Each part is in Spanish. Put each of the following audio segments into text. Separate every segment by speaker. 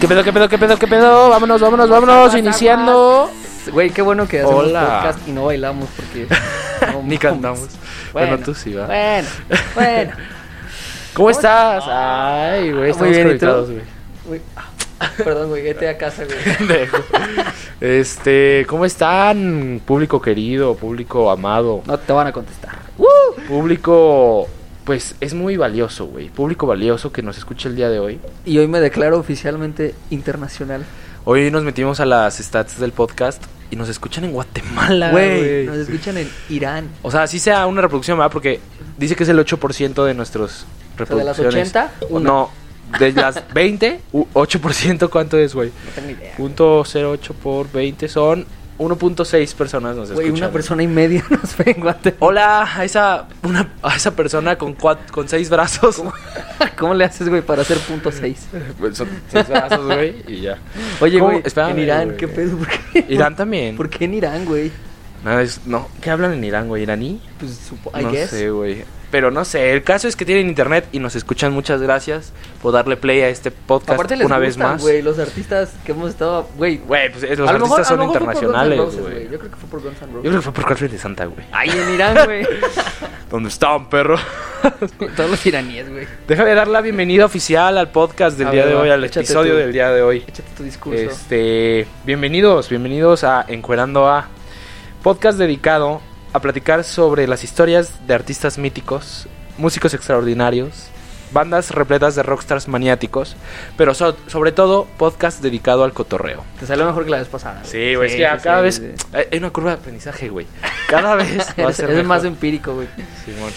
Speaker 1: ¿Qué pedo, qué pedo, qué pedo, qué pedo? Vámonos, vámonos, vámonos, iniciando.
Speaker 2: Güey, qué bueno que hacemos
Speaker 1: Hola.
Speaker 2: podcast y no bailamos porque. no
Speaker 1: Ni
Speaker 2: mames.
Speaker 1: cantamos. Bueno, tú sí, va.
Speaker 2: Bueno, bueno.
Speaker 1: ¿Cómo estás? Ay, güey,
Speaker 2: Muy
Speaker 1: estamos
Speaker 2: bien, ¿y tú?
Speaker 1: conectados, güey.
Speaker 2: Güey, ah, Perdón, güey, vete a casa, güey.
Speaker 1: Pendejo. Este, ¿cómo están? Público querido, público amado,
Speaker 2: No te van a contestar.
Speaker 1: público, pues es muy valioso, güey. Público valioso que nos escucha el día de hoy.
Speaker 2: Y hoy me declaro oficialmente internacional.
Speaker 1: Hoy nos metimos a las stats del podcast y nos escuchan en Guatemala,
Speaker 2: Güey,
Speaker 1: güey.
Speaker 2: nos escuchan en Irán.
Speaker 1: O sea, sí sea una reproducción, ¿verdad? Porque dice que es el 8% de nuestros
Speaker 2: de las
Speaker 1: reproducciones.
Speaker 2: 80, una.
Speaker 1: No, de las 20, u- 8% ¿cuánto es, güey?
Speaker 2: No tengo idea.
Speaker 1: Punto 08 por 20 son 1.6 personas nos
Speaker 2: Güey,
Speaker 1: escuchan.
Speaker 2: una persona y media nos ve en Guatemala.
Speaker 1: Hola a esa, una, a esa persona con, cuat- con seis brazos.
Speaker 2: ¿Cómo le haces, güey, para hacer punto seis?
Speaker 1: Pues son seis brazos, güey, y ya.
Speaker 2: Oye,
Speaker 1: ¿Cómo?
Speaker 2: güey,
Speaker 1: Espérame,
Speaker 2: en Irán,
Speaker 1: güey.
Speaker 2: ¿qué pedo? ¿Por qué?
Speaker 1: Irán también.
Speaker 2: ¿Por qué en Irán, güey?
Speaker 1: No, es- no, ¿qué hablan en Irán, güey? ¿Iraní?
Speaker 2: Pues supo, I
Speaker 1: no
Speaker 2: guess.
Speaker 1: sé, güey. Pero no sé, el caso es que tienen internet y nos escuchan. Muchas gracias por darle play a este podcast
Speaker 2: Aparte les
Speaker 1: una vez
Speaker 2: gustan,
Speaker 1: más.
Speaker 2: güey, los artistas que hemos estado, güey.
Speaker 1: Güey, pues eh, los
Speaker 2: a lo mejor-
Speaker 1: artistas
Speaker 2: a lo
Speaker 1: son
Speaker 2: mejor fue por Guns N'
Speaker 1: internacionales,
Speaker 2: Roses,
Speaker 1: güey.
Speaker 2: Yo creo que fue por Guns N'
Speaker 1: Yo
Speaker 2: Roses.
Speaker 1: creo que fue por Carlos de Santa, güey.
Speaker 2: Ay, en Irán, güey.
Speaker 1: ¿Dónde estaban, perro?
Speaker 2: Todos los iraníes, güey.
Speaker 1: Déjame dar la bienvenida oficial al podcast del
Speaker 2: A
Speaker 1: día
Speaker 2: ver,
Speaker 1: de
Speaker 2: va,
Speaker 1: hoy, al
Speaker 2: échate
Speaker 1: episodio
Speaker 2: tú.
Speaker 1: del día de hoy.
Speaker 2: Échate tu discurso.
Speaker 1: Este, bienvenidos, bienvenidos a Encuerando a podcast dedicado a platicar sobre las historias de artistas míticos, músicos extraordinarios, bandas repletas de rockstars maniáticos, pero so- sobre todo podcast dedicado al cotorreo.
Speaker 2: Te salió mejor que la vez pasada.
Speaker 1: Sí, güey, es que
Speaker 2: sí,
Speaker 1: cada
Speaker 2: sí,
Speaker 1: vez
Speaker 2: sí.
Speaker 1: hay una curva de aprendizaje, güey. Cada vez va a
Speaker 2: Es,
Speaker 1: ser
Speaker 2: es más
Speaker 1: mejor.
Speaker 2: empírico, güey.
Speaker 1: Simón.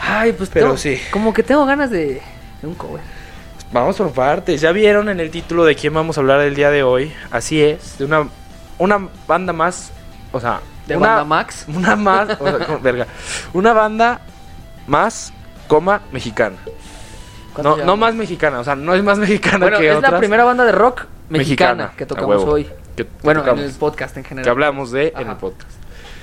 Speaker 2: Ay, pues
Speaker 1: Pero
Speaker 2: tengo-
Speaker 1: sí.
Speaker 2: Como que tengo ganas de, de un cover.
Speaker 1: Vamos por partes. Ya vieron en el título de quién vamos a hablar el día de hoy. Así es, de una una banda más, o sea,
Speaker 2: De
Speaker 1: una,
Speaker 2: banda Max.
Speaker 1: Una más, o sea, como, verga. Una banda más, coma, mexicana. No,
Speaker 2: ¿Cuánto llevamos?
Speaker 1: no más mexicana, o sea, no es más mexicana
Speaker 2: Bueno,
Speaker 1: que
Speaker 2: es
Speaker 1: otras.
Speaker 2: la primera banda de rock mexicana,
Speaker 1: mexicana
Speaker 2: que
Speaker 1: a
Speaker 2: tocamos
Speaker 1: huevo,
Speaker 2: hoy.
Speaker 1: Que, que
Speaker 2: Bueno,
Speaker 1: tocamos,
Speaker 2: en el podcast en general.
Speaker 1: que hablamos de en
Speaker 2: Ajá. Mm.
Speaker 1: el podcast.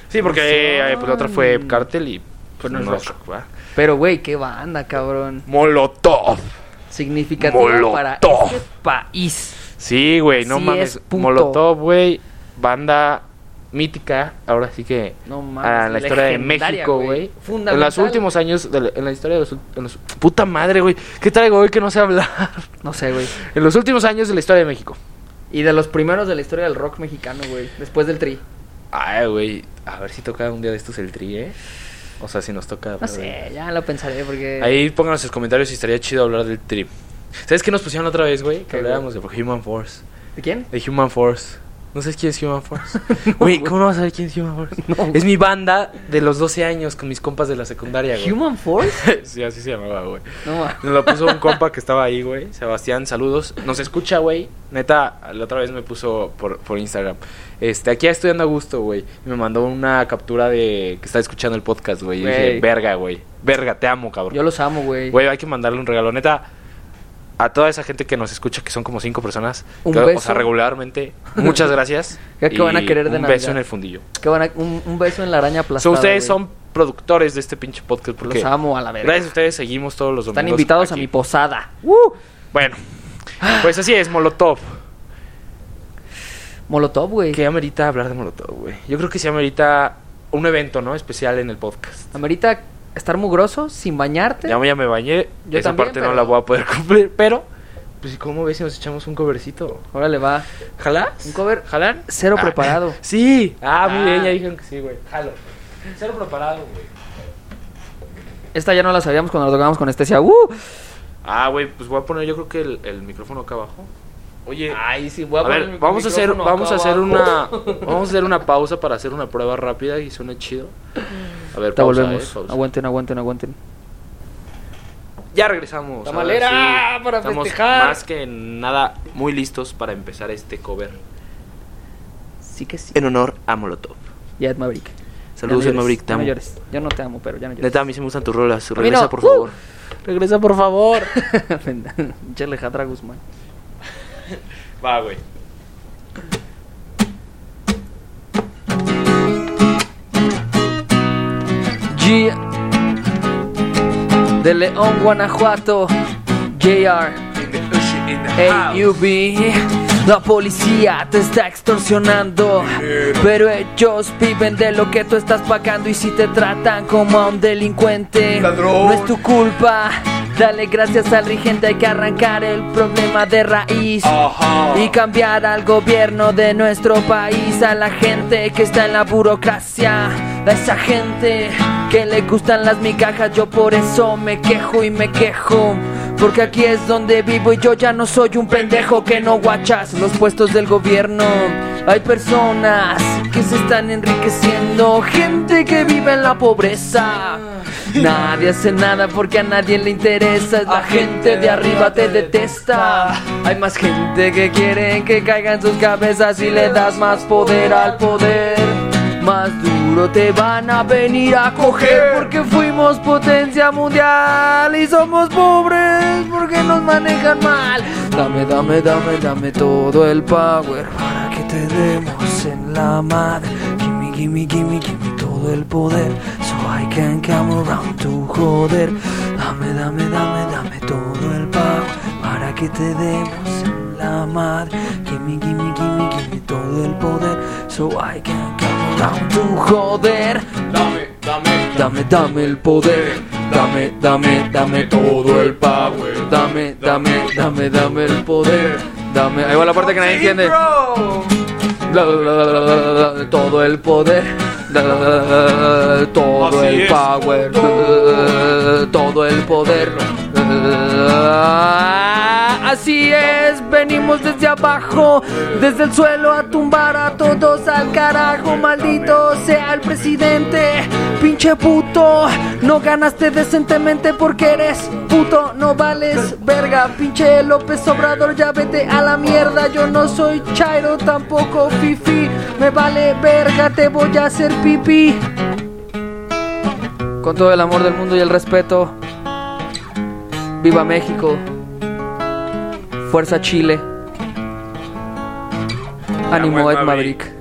Speaker 1: Sí, porque eh, pues, la otra fue Cartel y pues,
Speaker 2: no es
Speaker 1: es
Speaker 2: rock.
Speaker 1: rock, ¿va?
Speaker 2: Pero, güey, qué banda, cabrón.
Speaker 1: Molotov.
Speaker 2: Significativa
Speaker 1: Molotov.
Speaker 2: para este país.
Speaker 1: Sí, güey, no
Speaker 2: Sí
Speaker 1: mames.
Speaker 2: es, punto.
Speaker 1: Molotov, güey, banda mítica, ahora sí que
Speaker 2: No mames.
Speaker 1: a la historia de
Speaker 2: legendaria,
Speaker 1: México, güey.
Speaker 2: Fundamental.
Speaker 1: En los últimos años, de la- en la historia de los, ul- en los- Puta madre, güey. ¿Qué traigo hoy que no sé hablar?
Speaker 2: No sé, güey.
Speaker 1: En los últimos años de la historia de México.
Speaker 2: Y de los primeros de la historia del rock mexicano, güey. Después del tri.
Speaker 1: Ay, güey. A ver si toca un día de estos el tri, ¿eh? O sea, si nos toca.
Speaker 2: No
Speaker 1: hablar
Speaker 2: sé,
Speaker 1: de-
Speaker 2: ya lo pensaré porque.
Speaker 1: Ahí pónganos en sus comentarios si estaría chido hablar del tri. ¿Sabes qué nos pusieron otra vez, güey?
Speaker 2: ¿Qué,
Speaker 1: Que habláramos de Human Force.
Speaker 2: ¿De quién?
Speaker 1: De Human Force. ¿No sabes quién es Human Force? Güey, ¿cómo no vas a saber quién es Human Force? es mi banda de los 12 años con mis compas de la secundaria, güey.
Speaker 2: ¿Human Force?
Speaker 1: sí, así se llamaba, güey.
Speaker 2: No, ma-
Speaker 1: Nos la puso un compa que estaba ahí, güey. Sebastián, saludos. Nos escucha, güey. Neta, la otra vez me puso por, por Instagram. Este, aquí estudiando a gusto, güey. Y me mandó una captura de que está escuchando el podcast, güey. Y
Speaker 2: Güey.
Speaker 1: dije, verga, güey. Verga, te amo, cabrón.
Speaker 2: yo los amo, güey.
Speaker 1: Güey, hay que mandarle un regalo. Neta, a toda esa gente que nos escucha, que son como cinco personas.
Speaker 2: Un
Speaker 1: que, O
Speaker 2: beso.
Speaker 1: sea, regularmente. Muchas gracias.
Speaker 2: Ya que van a
Speaker 1: Y
Speaker 2: querer de
Speaker 1: Un
Speaker 2: Navidad.
Speaker 1: beso en el fundillo.
Speaker 2: Qué van a- un, un beso en la araña
Speaker 1: So,
Speaker 2: aplastada.
Speaker 1: ustedes
Speaker 2: güey.
Speaker 1: son productores de este pinche podcast. Porque
Speaker 2: Los amo a la verga.
Speaker 1: Gracias a ustedes seguimos todos los domingos.
Speaker 2: Están invitados a
Speaker 1: aquí.
Speaker 2: mi posada.
Speaker 1: Bueno, pues así es, Molotov.
Speaker 2: Molotov, güey.
Speaker 1: Que amerita hablar de Molotov, güey. Yo creo que sí amerita un evento, ¿no? Especial en el podcast.
Speaker 2: Amerita estar mugroso, sin bañarte.
Speaker 1: Ya, ya me bañé.
Speaker 2: Yo
Speaker 1: Esa
Speaker 2: también,
Speaker 1: parte
Speaker 2: pero-
Speaker 1: no la voy a poder cumplir, pero... Pues, ¿cómo ves si nos echamos un covercito?
Speaker 2: Ahora le va.
Speaker 1: ¿Jalás?
Speaker 2: Un cover
Speaker 1: ¿Jalan?
Speaker 2: cero
Speaker 1: Ah,
Speaker 2: preparado.
Speaker 1: Sí. Ah, muy bien,
Speaker 2: Ah.
Speaker 1: ya dijeron que sí, güey. Jalo. Cero preparado, güey.
Speaker 2: Esta ya no la sabíamos cuando la tocábamos con Estesia. ¡Uh!
Speaker 1: Ah, güey, pues voy a poner yo creo que el, el micrófono acá abajo. Oye,
Speaker 2: Ay, sí,
Speaker 1: a, ver, vamos a hacer, vamos a hacer una, vamos a hacer una pausa para hacer una prueba rápida y suena chido. A ver,
Speaker 2: Te
Speaker 1: pausa, eh,
Speaker 2: volvemos.
Speaker 1: pausa.
Speaker 2: Aguanten, aguanten, aguanten.
Speaker 1: Ya regresamos. Ahora
Speaker 2: Tamalera, para
Speaker 1: Estamos
Speaker 2: festejar.
Speaker 1: más que nada muy listos para empezar este cover
Speaker 2: Sí que sí.
Speaker 1: en honor a Molotov.
Speaker 2: Ya Ed Maverick.
Speaker 1: Saludos,
Speaker 2: Ya
Speaker 1: Ed Maverick,
Speaker 2: llores,
Speaker 1: te
Speaker 2: Ya no
Speaker 1: amo.
Speaker 2: llores. Yo no te amo, pero ya no llores.
Speaker 1: Neta, a mí sí me gustan tus rolas.
Speaker 2: mí
Speaker 1: Regresa,
Speaker 2: no.
Speaker 1: por
Speaker 2: Uh.
Speaker 1: favor. Regresa, por favor.
Speaker 2: Che, Alejandra Guzmán.
Speaker 1: Va, güey.
Speaker 2: G de León, Guanajuato.
Speaker 1: Oh,
Speaker 2: JR.
Speaker 1: shit. in the house.
Speaker 2: Hey, UB, la policía te está extorsionando. Pero ellos viven de lo que tú estás pagando. Y si te tratan como a un delincuente,
Speaker 1: Ladrón.
Speaker 2: no es tu culpa. Dale gracias al regente, hay que arrancar el problema de raíz.
Speaker 1: Ajá.
Speaker 2: Y cambiar al gobierno de nuestro país, a la gente que está en la burocracia, a esa gente que le gustan las migajas, yo por eso me quejo y me quejo. Porque aquí es donde vivo y yo ya no soy un pendejo que no guachas los puestos del gobierno. Hay personas que se están enriqueciendo, gente que vive en la pobreza. Nadie hace nada porque a nadie le interesa, la gente de arriba te detesta. Hay más gente que quiere que caigan sus cabezas y le das más poder al poder. Más duro te van a venir a coger porque fuimos potencia mundial y somos pobres porque nos manejan mal. Dame, dame, dame, dame todo el power para que te demos en la madre. Gimme, gimme, gimme, gimme todo el poder so I can come around to joder. Dame, dame, dame, dame todo el power para que te demos en la madre. Gimme, gimme, gimme, gimme todo el poder so I can come around to joder.
Speaker 3: Dame, dame,
Speaker 2: Dame, dame el poder, dame, dame, dame todo el power, dame, dame, dame, dame el poder, dame. Ahí va la parte que nadie entiende. La, la, la, la, la, la, la, todo el poder, la, la, la, la, la, todo
Speaker 3: Así
Speaker 2: el
Speaker 3: es.
Speaker 2: power, la, la, la, la, todo el poder. la, la, la, la. Así es, venimos desde abajo, desde el suelo a tumbar a todos al carajo, maldito sea el presidente, pinche puto, no ganaste decentemente porque eres puto, no vales verga, pinche López Obrador, ya vete a la mierda, yo no soy Chairo, tampoco Fifi, me vale verga, te voy a hacer pipí. Con todo el amor del mundo y el respeto, viva México, fuerza Chile, ánimo Ed Maverick.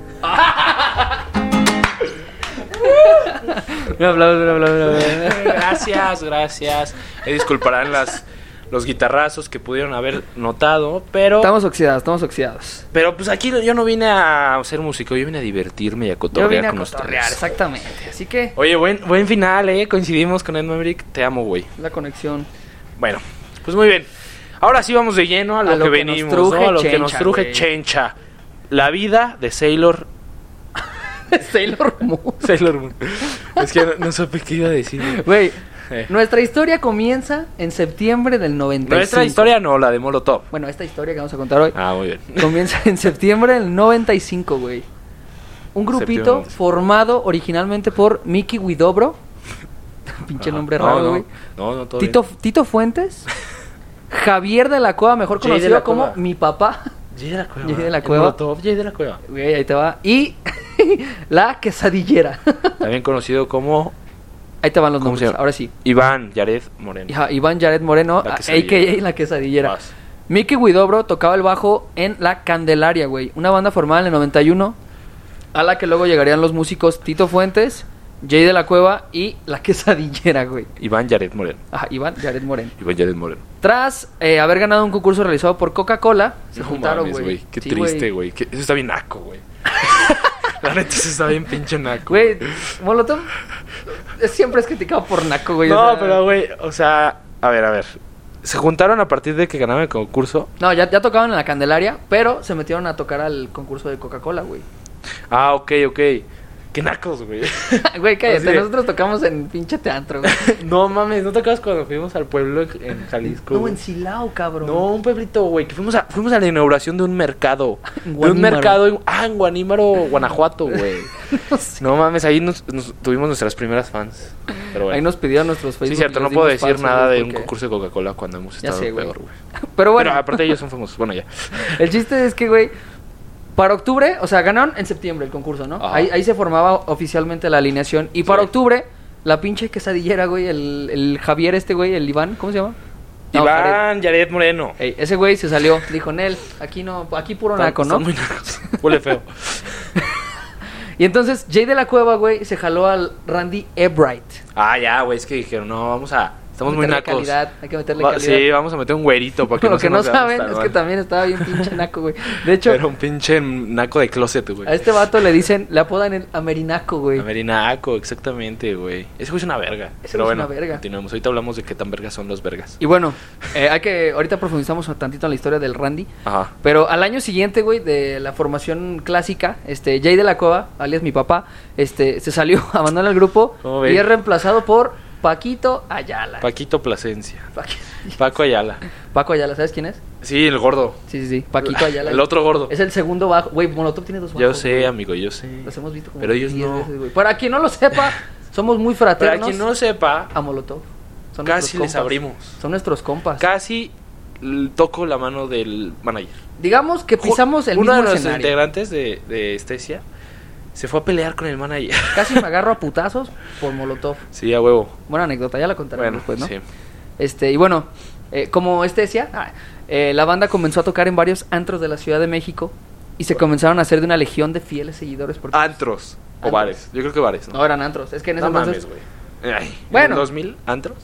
Speaker 2: Un aplauso, un aplauso, un aplauso.
Speaker 1: Eh, Gracias, gracias. Eh, disculparán las, los guitarrazos que pudieron haber notado, pero.
Speaker 2: Estamos oxidados, estamos oxidados.
Speaker 1: Pero pues aquí yo no vine a ser músico, yo vine a divertirme y a
Speaker 2: Yo
Speaker 1: cotorrear
Speaker 2: vine a
Speaker 1: con
Speaker 2: cotorrear,
Speaker 1: ustedes.
Speaker 2: exactamente. Así que,
Speaker 1: Oye, buen, buen final, ¿eh? Coincidimos con Ed Maverick. Te amo, güey.
Speaker 2: la conexión.
Speaker 1: Bueno, pues muy bien. Ahora sí vamos de lleno a lo, que, venimos,
Speaker 2: nos truje
Speaker 1: ¿no? A lo que nos
Speaker 2: chencha,
Speaker 1: truje
Speaker 2: güey.
Speaker 1: chencha. La vida de Sailor
Speaker 2: Sailor Moon.
Speaker 1: Sailor Moon. Es que no, no supe qué iba a decir. güey.
Speaker 2: Güey,
Speaker 1: Eh.
Speaker 2: nuestra historia comienza en septiembre del 95.
Speaker 1: Nuestra historia no, la de Molotov.
Speaker 2: Bueno, esta historia que vamos a contar hoy
Speaker 1: Ah, muy bien.
Speaker 2: comienza en septiembre del 95, güey. Un grupito
Speaker 1: Septiembre.
Speaker 2: formado originalmente por Mickey Widobro. Pinche
Speaker 1: Ajá.
Speaker 2: nombre
Speaker 1: No,
Speaker 2: raro,
Speaker 1: no,
Speaker 2: güey.
Speaker 1: No, no, todo
Speaker 2: Tito,
Speaker 1: bien.
Speaker 2: Tito Fuentes. Javier de la Cueva, mejor
Speaker 1: Jay de
Speaker 2: conocido
Speaker 1: la
Speaker 2: como
Speaker 1: Cueva.
Speaker 2: mi papá.
Speaker 1: Jay de la Cueva.
Speaker 2: Jay de la
Speaker 1: El
Speaker 2: Cueva.
Speaker 1: Molotov, Jay de la Cueva.
Speaker 2: Güey, ahí te va. Y la quesadillera.
Speaker 1: También conocido como
Speaker 2: ahí te van los
Speaker 1: ¿Cómo se
Speaker 2: nombres,
Speaker 1: llama?
Speaker 2: ahora sí.
Speaker 1: Iván Yared Moreno.
Speaker 2: Ajá, Iván Jared Moreno,
Speaker 1: La
Speaker 2: a-
Speaker 1: quesadillera.
Speaker 2: a.k.a. La Quesadillera.
Speaker 1: Vas.
Speaker 2: Mickey Widobro tocaba el bajo en La Candelaria, güey. Una banda formada en el 91, a la que luego llegarían los músicos Tito Fuentes, Jay de la Cueva y La Quesadillera, güey.
Speaker 1: Iván Yared Moreno.
Speaker 2: Ajá, Iván Jared Moreno.
Speaker 1: Iván Yared Moreno.
Speaker 2: Tras eh, haber ganado un concurso realizado por Coca-Cola, se
Speaker 1: No
Speaker 2: juntaron,
Speaker 1: mames,
Speaker 2: güey.
Speaker 1: Qué
Speaker 2: Sí,
Speaker 1: triste, güey. Que- Eso está bien naco, güey. la neta, eso está bien pinche naco.
Speaker 2: Güey, Molotov eh, siempre es criticado por Naco, güey. o
Speaker 1: no,
Speaker 2: sea-
Speaker 1: pero, güey, o sea, a ver, a ver. Se juntaron a partir de que ganaron el concurso.
Speaker 2: No, ya, ya tocaban en la Candelaria, pero se metieron a tocar al concurso de Coca-Cola, güey.
Speaker 1: Ah, ok, ok. Qué nacos, güey.
Speaker 2: Güey,
Speaker 1: Así
Speaker 2: cállate,
Speaker 1: de-
Speaker 2: nosotros tocamos en pinche teatro, güey.
Speaker 1: no mames, ¿no te acuerdas cuando fuimos al pueblo en- en Jalisco?
Speaker 2: No,
Speaker 1: güey?
Speaker 2: en Silao, cabrón.
Speaker 1: No, un pueblito, güey, que fuimos a, fuimos a la inauguración de un mercado.
Speaker 2: En
Speaker 1: De un
Speaker 2: Guanímaro.
Speaker 1: mercado en, ah, en Guanímaro, Guanajuato, güey.
Speaker 2: No sé.
Speaker 1: No mames, ahí nos, nos- tuvimos nuestras primeras fans. Pero bueno.
Speaker 2: Ahí nos pidieron nuestros Facebook.
Speaker 1: sí,
Speaker 2: y
Speaker 1: cierto,
Speaker 2: les
Speaker 1: no puedo
Speaker 2: dimos
Speaker 1: decir
Speaker 2: falso,
Speaker 1: nada
Speaker 2: güey,
Speaker 1: de un
Speaker 2: porque-
Speaker 1: concurso de Coca-Cola cuando hemos
Speaker 2: Ya
Speaker 1: estado
Speaker 2: sé, güey.
Speaker 1: peor, güey.
Speaker 2: Pero bueno,
Speaker 1: Pero ah, aparte ellos son famosos. Bueno, ya.
Speaker 2: el chiste es que, güey, para octubre, o sea, ganaron en septiembre el concurso, ¿no?
Speaker 1: Ajá.
Speaker 2: Ahí, ahí se formaba oficialmente la alineación. Y para
Speaker 1: Sí.
Speaker 2: octubre, la pinche quesadillera, güey, el, el Javier este, güey, el Iván, ¿cómo se llama? No, Jared. Eh,
Speaker 1: Iván Yaret Moreno.
Speaker 2: Ey, ese güey se salió, dijo, Nel, aquí no, aquí puro
Speaker 1: Están-
Speaker 2: naco, ¿no?
Speaker 1: están muy nacos. Huele feo.
Speaker 2: Y entonces Jay de la Cueva, güey, se jaló al Randy Ebright.
Speaker 1: Ah, ya, güey, es que dijeron, no, vamos a Estamos muy
Speaker 2: meterle
Speaker 1: nacos.
Speaker 2: calidad, hay que meterle
Speaker 1: Va-
Speaker 2: calidad.
Speaker 1: sí, vamos a meter un güerito para que
Speaker 2: Lo
Speaker 1: no se
Speaker 2: que no
Speaker 1: nos vea
Speaker 2: saben
Speaker 1: tan
Speaker 2: es
Speaker 1: mal.
Speaker 2: que también estaba bien pinche naco, güey. De hecho,
Speaker 1: Era un pinche naco de closet, güey.
Speaker 2: a este vato le dicen, le apodan el amerinaco, güey.
Speaker 1: Amerinaco, exactamente, güey. Ese güey es una verga.
Speaker 2: Ese
Speaker 1: Pero
Speaker 2: güey es
Speaker 1: bueno,
Speaker 2: una verga.
Speaker 1: continuemos. Ahorita hablamos de qué tan vergas son los vergas.
Speaker 2: Y bueno, eh, hay que, ahorita profundizamos un tantito en la historia del Randy.
Speaker 1: Ajá.
Speaker 2: Pero al año siguiente, güey, de la formación clásica, este, Jay de la Cova, alias mi papá, este, se salió, abandona el grupo
Speaker 1: ¿Cómo ven?
Speaker 2: y es reemplazado por Paquito Ayala.
Speaker 1: Paquito Plasencia.
Speaker 2: Paqui-
Speaker 1: Paco Ayala.
Speaker 2: Paco Ayala, ¿sabes quién es?
Speaker 1: Sí, el gordo. Ah,
Speaker 2: Sí, sí, sí, Paquito Ayala.
Speaker 1: El otro gordo.
Speaker 2: Es el segundo bajo. Güey, Molotov tiene dos bajos.
Speaker 1: Yo sé,
Speaker 2: güey.
Speaker 1: amigo, yo sé.
Speaker 2: Los hemos visto como
Speaker 1: Este, Pero ellos
Speaker 2: 10
Speaker 1: no.
Speaker 2: veces, güey. Para quien no lo sepa, somos muy fraternos
Speaker 1: Para quien no sepa,
Speaker 2: a Molotov. Son
Speaker 1: casi
Speaker 2: nuestros
Speaker 1: les
Speaker 2: compas.
Speaker 1: abrimos.
Speaker 2: Son nuestros compas.
Speaker 1: Casi l- toco la mano del manager.
Speaker 2: Digamos que pisamos el
Speaker 1: Uno de
Speaker 2: mismo
Speaker 1: los
Speaker 2: escenario.
Speaker 1: integrantes de, de Estesia se fue a pelear con el manager.
Speaker 2: Casi me agarro a putazos por Molotov.
Speaker 1: Sí, a huevo.
Speaker 2: Buena anécdota, ya la contaremos
Speaker 1: Bueno,
Speaker 2: después, ¿no?
Speaker 1: sí.
Speaker 2: Este, y bueno, eh, como este decía, ah, eh, la banda comenzó a tocar en varios antros de la Ciudad de México y se comenzaron a hacer de una legión de fieles seguidores porque
Speaker 1: Antros o
Speaker 2: Antros.
Speaker 1: bares. Yo creo que bares, ¿no?
Speaker 2: no eran antros, es que en ese
Speaker 1: Ah, No mames,
Speaker 2: entonces
Speaker 1: güey. Ay,
Speaker 2: Bueno.
Speaker 1: ¿En 2000? ¿Antros?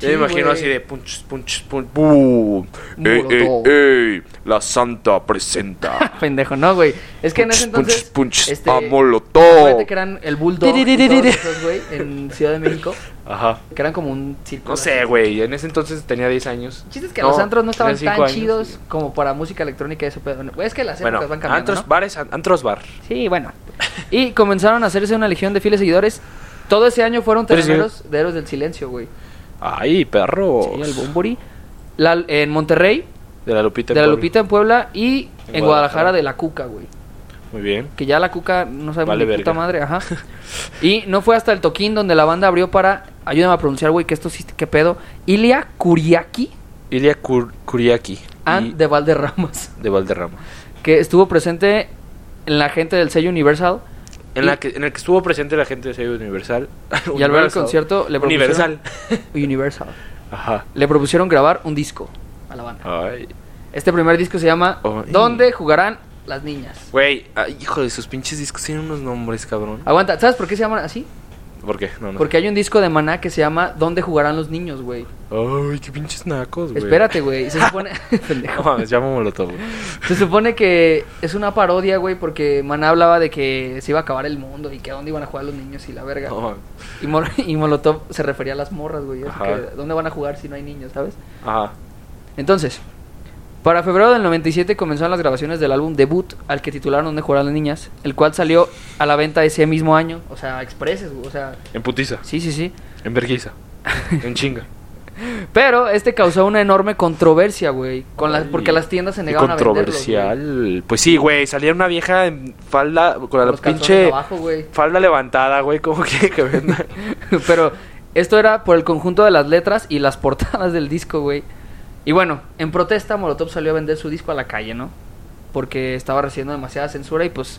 Speaker 2: Sí,
Speaker 1: Yo me imagino
Speaker 2: güey.
Speaker 1: así de punch, punch, punch, boom. Ey, ey,
Speaker 2: Molotov.
Speaker 1: ey, la santa presenta.
Speaker 2: pendejo, no, güey. Es que en ese
Speaker 1: Punch,
Speaker 2: entonces
Speaker 1: punch,
Speaker 2: este,
Speaker 1: a Molotov.
Speaker 2: acuérdate que eran el Bulldog y todos esos, güey, en Ciudad de México,
Speaker 1: Ajá.
Speaker 2: que eran como un circo.
Speaker 1: No sé, güey. En ese entonces tenía 10 años.
Speaker 2: El chiste es que
Speaker 1: No,
Speaker 2: los antros no estaban
Speaker 1: tenía
Speaker 2: tan
Speaker 1: cinco años.
Speaker 2: chidos como para música electrónica y eso, pero es que las épocas
Speaker 1: Bueno,
Speaker 2: van cambiando,
Speaker 1: antros,
Speaker 2: ¿no?
Speaker 1: bares, an- antros bar.
Speaker 2: Sí, bueno. Y comenzaron a hacerse una legión de fieles seguidores. Todo ese año fueron
Speaker 1: Pero sí.
Speaker 2: terreneros de Héroes del Silencio, güey.
Speaker 1: Ay, perro.
Speaker 2: Sí, el Bumburi. La- en Monterrey,
Speaker 1: De la Lupita.
Speaker 2: de
Speaker 1: en
Speaker 2: la
Speaker 1: Puebla.
Speaker 2: Lupita en Puebla y en,
Speaker 1: En
Speaker 2: Guadalajara
Speaker 1: Guadalajara
Speaker 2: de la Cuca, güey.
Speaker 1: Muy bien.
Speaker 2: Que ya la Cuca no sabemos
Speaker 1: Vale
Speaker 2: ni puta
Speaker 1: verga.
Speaker 2: madre, ajá. Y no fue hasta el Toquín donde la banda abrió para... Ayúdame a pronunciar, güey, que esto sí, qué pedo. Ilia Kuriaki
Speaker 1: Ilia Kur- Kuriaki.
Speaker 2: and
Speaker 1: y-
Speaker 2: Ah, de Valderramas.
Speaker 1: de Valderrama.
Speaker 2: Que estuvo presente en la gente del sello Universal.
Speaker 1: En,
Speaker 2: Y-
Speaker 1: la que, en el que estuvo presente la gente de Sello Universal.
Speaker 2: Y al ver el
Speaker 1: Universal.
Speaker 2: concierto le propusieron...
Speaker 1: Universal.
Speaker 2: Universal.
Speaker 1: Ajá.
Speaker 2: le propusieron grabar un disco a la banda.
Speaker 1: Ay.
Speaker 2: Este primer disco se llama
Speaker 1: Oh, y-
Speaker 2: ¿Dónde jugarán las niñas?
Speaker 1: Güey, ay, hijo de sus pinches discos tienen unos nombres, cabrón.
Speaker 2: Aguanta, ¿sabes por qué se llaman así?
Speaker 1: ¿Por qué? No, no.
Speaker 2: Porque hay un disco de Maná que se llama ¿Dónde jugarán los niños, güey?
Speaker 1: Ay, qué pinches nacos, güey.
Speaker 2: Espérate, güey. Se supone... Pendejo.
Speaker 1: No mames, llamo Molotov, güey.
Speaker 2: Se supone que es una parodia, güey, porque Maná hablaba de que se iba a acabar el mundo y que a dónde iban a jugar los niños y la verga.
Speaker 1: No mames.
Speaker 2: Y, Mol- y Molotov se refería a las morras, güey. así
Speaker 1: Ajá.
Speaker 2: que, ¿Dónde van a jugar si no hay niños, sabes?
Speaker 1: Ajá.
Speaker 2: Entonces, para febrero del 97 comenzaron las grabaciones del álbum debut al que titularon Donde jugarán las niñas, el cual salió a la venta ese mismo año, o sea, expreses, güey, o sea,
Speaker 1: En putiza.
Speaker 2: sí, sí, sí.
Speaker 1: En verguiza. En chinga.
Speaker 2: Pero este causó una enorme controversia, güey, con las
Speaker 1: Ay,
Speaker 2: porque las tiendas se
Speaker 1: qué
Speaker 2: negaban a venderlos.
Speaker 1: controversial. pues sí, güey. Salía una vieja en falda con la
Speaker 2: Los
Speaker 1: pinche
Speaker 2: abajo, güey.
Speaker 1: falda levantada, güey. ¿Cómo quiere que venda?
Speaker 2: Pero esto era por el conjunto de las letras y las portadas del disco, güey. Y bueno, en protesta Molotov salió a vender su disco a la calle, ¿no? Porque estaba recibiendo demasiada censura y pues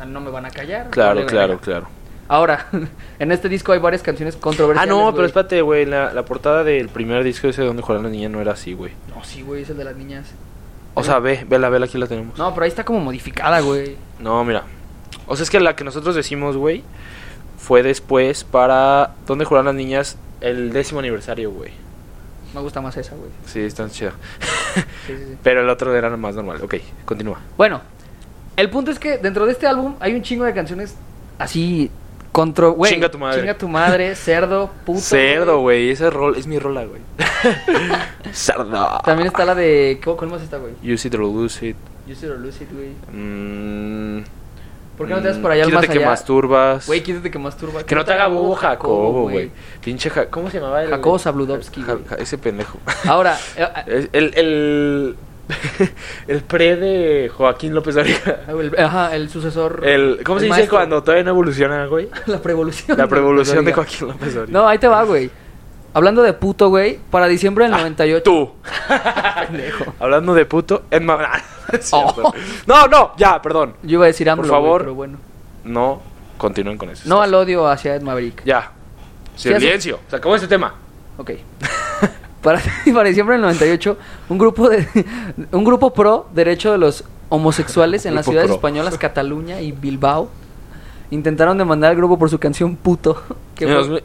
Speaker 2: ah, no me van a callar.
Speaker 1: claro,
Speaker 2: vale
Speaker 1: claro,
Speaker 2: verga.
Speaker 1: claro.
Speaker 2: Ahora, en este disco hay varias canciones
Speaker 1: Ah,
Speaker 2: controversiales.
Speaker 1: no, pero
Speaker 2: güey.
Speaker 1: espérate, güey. La, la portada del primer disco ese donde jugaron la niña no era así, güey.
Speaker 2: No, sí, güey, es el de las niñas.
Speaker 1: O sea, ve, vela, vela, aquí la tenemos.
Speaker 2: No, pero ahí está como modificada, güey.
Speaker 1: No, mira. O sea, es que la que nosotros decimos, güey, fue después para ¿Dónde jugaron las niñas? El décimo aniversario, güey.
Speaker 2: Me gusta más esa, güey.
Speaker 1: Sí, están chida.
Speaker 2: Sí, sí, sí.
Speaker 1: Pero el otro era más normal. Ok, continúa.
Speaker 2: Bueno, el punto es que dentro de este álbum hay un chingo de canciones así contro... güey,
Speaker 1: Chinga tu madre.
Speaker 2: Chinga tu madre, cerdo, puto.
Speaker 1: Cerdo, güey. Ese rol es mi rola, güey. Cerdo.
Speaker 2: También está la de... ¿cu- ¿Cuál más está, güey?
Speaker 1: Use it or lose it.
Speaker 2: You should lose it, güey.
Speaker 1: Mm,
Speaker 2: ¿Por qué no te vas
Speaker 1: mm,
Speaker 2: por allá al
Speaker 1: quítate
Speaker 2: más
Speaker 1: que
Speaker 2: allá?
Speaker 1: masturbas.
Speaker 2: Güey, quítate que masturba.
Speaker 1: que no te haga bobo Jacobo, güey. Pinche Ja- ¿Cómo se llamaba el
Speaker 2: Jacobo Zabludovsky,
Speaker 1: Ja-
Speaker 2: güey.
Speaker 1: Ja- ese pendejo.
Speaker 2: Ahora, eh, eh,
Speaker 1: Es- El, el, el pre de Joaquín López Dóriga.
Speaker 2: Ah, el- ajá, el sucesor...
Speaker 1: El, ¿Cómo se
Speaker 2: el
Speaker 1: dice
Speaker 2: maestro.
Speaker 1: cuando todavía no evoluciona, güey?
Speaker 2: La prevolución.
Speaker 1: La prevolución de
Speaker 2: Oiga.
Speaker 1: Joaquín López Dóriga.
Speaker 2: No, ahí te va, güey. Hablando de puto, güey, para diciembre del 98.
Speaker 1: Ah, Tú.
Speaker 2: Pendejo.
Speaker 1: Hablando de puto, en ma- Es
Speaker 2: Oh.
Speaker 1: cierto. No, no, ya, perdón.
Speaker 2: Yo iba a decir AMLO,
Speaker 1: Por favor.
Speaker 2: güey, pero bueno.
Speaker 1: No, continúen con eso.
Speaker 2: No al odio hacia Ed Maverick.
Speaker 1: Ya.
Speaker 2: Sí, así-
Speaker 1: Silencio. Se acabó este tema.
Speaker 2: Ok. Para, para diciembre del 98, un grupo de un grupo pro derecho de los homosexuales en las
Speaker 1: Grupo
Speaker 2: ciudades
Speaker 1: pro.
Speaker 2: españolas Cataluña y Bilbao intentaron demandar al grupo por su canción Puto, que
Speaker 1: En
Speaker 2: fue,
Speaker 1: los-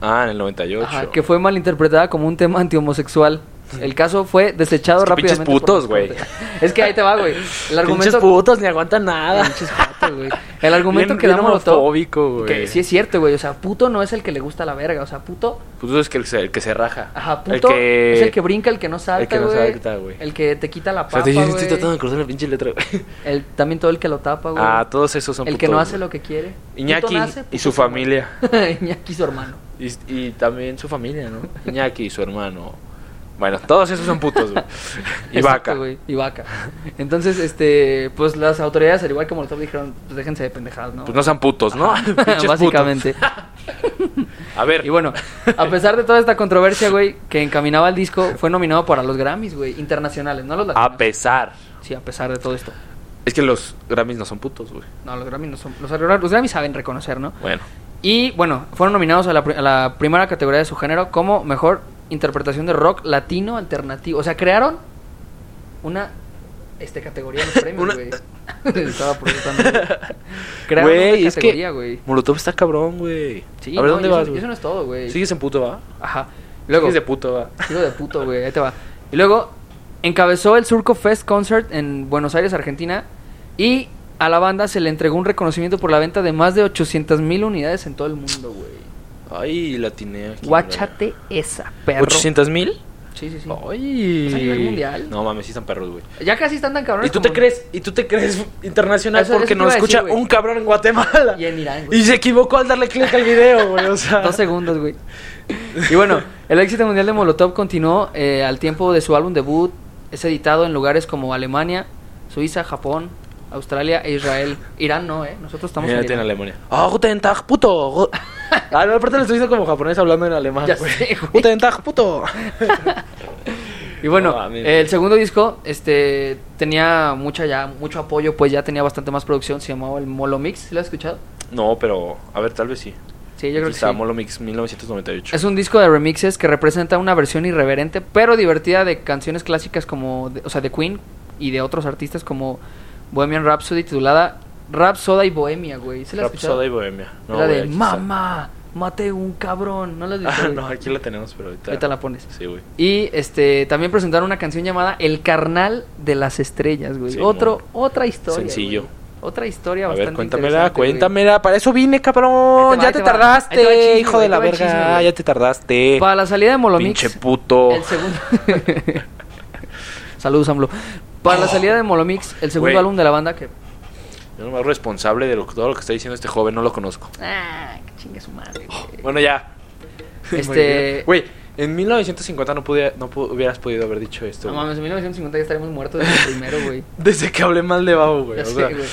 Speaker 1: Ah, en el 98.
Speaker 2: Ajá, que fue malinterpretada como un tema antihomosexual. El caso fue desechado
Speaker 1: Es que
Speaker 2: rápidamente.
Speaker 1: pinches putos,
Speaker 2: por las
Speaker 1: güey.
Speaker 2: cortes. Es que ahí te va, güey. El
Speaker 1: Pinches
Speaker 2: argumento.
Speaker 1: putos ni aguantan nada.
Speaker 2: Pinches putos, güey. El argumento
Speaker 1: Bien-
Speaker 2: que
Speaker 1: bien
Speaker 2: da Molotov.
Speaker 1: homofóbico, güey.
Speaker 2: Que sí es cierto, güey. O sea, puto no es el que le gusta la verga. O sea, puto.
Speaker 1: Puto Pues es que el, que se- el que se raja.
Speaker 2: Ajá,
Speaker 1: El
Speaker 2: puto.
Speaker 1: que-
Speaker 2: Es el que brinca, el que no salta,
Speaker 1: el que no
Speaker 2: güey.
Speaker 1: salta, güey.
Speaker 2: El que te quita la
Speaker 1: O
Speaker 2: papa,
Speaker 1: sea, te- yo estoy
Speaker 2: güey.
Speaker 1: tratando de cruzar la pinche letra, güey.
Speaker 2: El- también todo el que lo tapa, güey.
Speaker 1: Ah, todos esos son
Speaker 2: el que
Speaker 1: putos,
Speaker 2: no hace
Speaker 1: güey.
Speaker 2: lo que quiere.
Speaker 1: Iñaki
Speaker 2: Puto nace,
Speaker 1: y
Speaker 2: puto
Speaker 1: su
Speaker 2: se muere.
Speaker 1: familia.
Speaker 2: Iñaki y su hermano.
Speaker 1: Y, y también su familia, ¿no? Iñaki y su hermano. Bueno, todos esos son putos, güey. Y
Speaker 2: Exacto,
Speaker 1: vaca.
Speaker 2: güey, Y vaca. Entonces, este, pues las autoridades, al igual que Molotov, dijeron, pues déjense de pendejadas, ¿no?
Speaker 1: Pues no sean putos, ¿no? Pinches
Speaker 2: Básicamente.
Speaker 1: putos. A ver.
Speaker 2: Y bueno, a pesar de toda esta controversia, güey, que encaminaba el disco, fue nominado para los Grammys, güey, internacionales, no los latinos.
Speaker 1: A pesar.
Speaker 2: Sí, a pesar de todo esto.
Speaker 1: Es que los Grammys no son putos, güey.
Speaker 2: No, los Grammys no son... Los, los Grammys saben reconocer, ¿no?
Speaker 1: Bueno.
Speaker 2: Y bueno, fueron nominados a la, pri- a la primera categoría de su género como mejor interpretación de rock latino alternativo. O sea, crearon una este, categoría de premios,
Speaker 1: Una-
Speaker 2: güey. Estaba protestando. güey. Crearon
Speaker 1: Güey,
Speaker 2: una
Speaker 1: es
Speaker 2: categoría,
Speaker 1: que
Speaker 2: güey.
Speaker 1: Molotov está cabrón, güey.
Speaker 2: Sí,
Speaker 1: a ver
Speaker 2: no,
Speaker 1: dónde
Speaker 2: y eso-
Speaker 1: vas,
Speaker 2: y
Speaker 1: güey.
Speaker 2: Eso no es todo, güey.
Speaker 1: Sigues en puto, va.
Speaker 2: Ajá. Luego,
Speaker 1: Sigues de puto, va.
Speaker 2: Hijo de puto, güey, ahí te va. Y luego encabezó el Surco Fest Concert en Buenos Aires, Argentina. Y a la banda se le entregó un reconocimiento por la venta de más de 800 mil unidades en todo el mundo, güey.
Speaker 1: Ay, latiné aquí.
Speaker 2: Guáchate esa, perro.
Speaker 1: 800 mil.
Speaker 2: Sí, sí, sí.
Speaker 1: Ay.
Speaker 2: Es a nivel mundial.
Speaker 1: No mames, sí están perros, güey.
Speaker 2: Ya casi están tan cabrones.
Speaker 1: ¿Y tú te
Speaker 2: como-
Speaker 1: crees? ¿Y tú te crees internacional
Speaker 2: Eso-
Speaker 1: porque
Speaker 2: eso te
Speaker 1: nos
Speaker 2: iba a decir,
Speaker 1: escucha
Speaker 2: güey.
Speaker 1: un cabrón en Guatemala?
Speaker 2: Y en Irán, güey.
Speaker 1: Y se equivocó al darle clic al video, güey. O sea,
Speaker 2: Dos segundos, güey. Y bueno, el éxito mundial de Molotov continuó eh, al tiempo de su álbum debut. Es editado en lugares como Alemania, Suiza, Japón, Australia e Israel. Irán no, ¿eh? Nosotros estamos
Speaker 1: Mira,
Speaker 2: en
Speaker 1: tiene
Speaker 2: Irán.
Speaker 1: Alemania. Ah, guten Tag, puto. Gu- Ah, no, aparte lo estoy diciendo como japonés hablando en alemán,
Speaker 2: Ya
Speaker 1: güey.
Speaker 2: sé, güey.
Speaker 1: Guten Tag, puto.
Speaker 2: Y bueno,
Speaker 1: No, a mí-
Speaker 2: el segundo disco este tenía mucha ya mucho apoyo, pues ya tenía bastante más producción. Se llamaba el Molo Mix. ¿sí ¿Lo has escuchado?
Speaker 1: No, pero, a ver, tal vez sí.
Speaker 2: Sí, yo creo que sí.
Speaker 1: Está Molo Mix 1998.
Speaker 2: Es un disco de remixes que representa una versión irreverente pero divertida de canciones clásicas como, de- o sea, de Queen y de otros artistas como Bohemian Rhapsody titulada Rap Soda y Bohemia, güey. ¿Se la has escuchado?
Speaker 1: Rapsoda y Bohemia.
Speaker 2: la
Speaker 1: güey,
Speaker 2: de
Speaker 1: aquí está.
Speaker 2: Mamá, mate un cabrón. No la has visto,
Speaker 1: Ah,
Speaker 2: güey?
Speaker 1: no, aquí la tenemos, pero ahorita.
Speaker 2: Ahorita la pones.
Speaker 1: Sí, güey.
Speaker 2: Y este también presentaron una canción llamada El carnal de las estrellas, güey.
Speaker 1: Sí,
Speaker 2: Otro
Speaker 1: mon.
Speaker 2: otra historia.
Speaker 1: Sencillo.
Speaker 2: güey. Otra historia
Speaker 1: A
Speaker 2: bastante
Speaker 1: ver, cuéntamela,
Speaker 2: interesante, güey.
Speaker 1: cuéntamela. Para eso vine,
Speaker 2: Ahí te
Speaker 1: cabrón.
Speaker 2: va, ahí
Speaker 1: ya
Speaker 2: te
Speaker 1: te
Speaker 2: va. Ahí
Speaker 1: tardaste,
Speaker 2: te va el chisme,
Speaker 1: hijo
Speaker 2: güey,
Speaker 1: de
Speaker 2: ahí te
Speaker 1: la
Speaker 2: va el chisme,
Speaker 1: verga.
Speaker 2: güey.
Speaker 1: ya te tardaste.
Speaker 2: Para la salida de Molomix.
Speaker 1: Pinche puto.
Speaker 2: El segundo. Saludos, AMLO. Para la salida de Molomix, el segundo
Speaker 1: Oh. Güey.
Speaker 2: álbum de la banda que.
Speaker 1: Yo no me hago responsable de lo, todo lo que está diciendo este joven, no lo conozco.
Speaker 2: Ah, que chingue su madre. güey.
Speaker 1: Bueno, ya.
Speaker 2: Este-
Speaker 1: Güey, en 1950 no, pude, no pu- hubieras podido haber dicho esto.
Speaker 2: No
Speaker 1: güey.
Speaker 2: mames, en 1950 ya estaríamos muertos desde el primero, güey.
Speaker 1: Desde que hablé mal de Babo, güey.
Speaker 2: Ya
Speaker 1: o
Speaker 2: sé,
Speaker 1: sea,
Speaker 2: güey.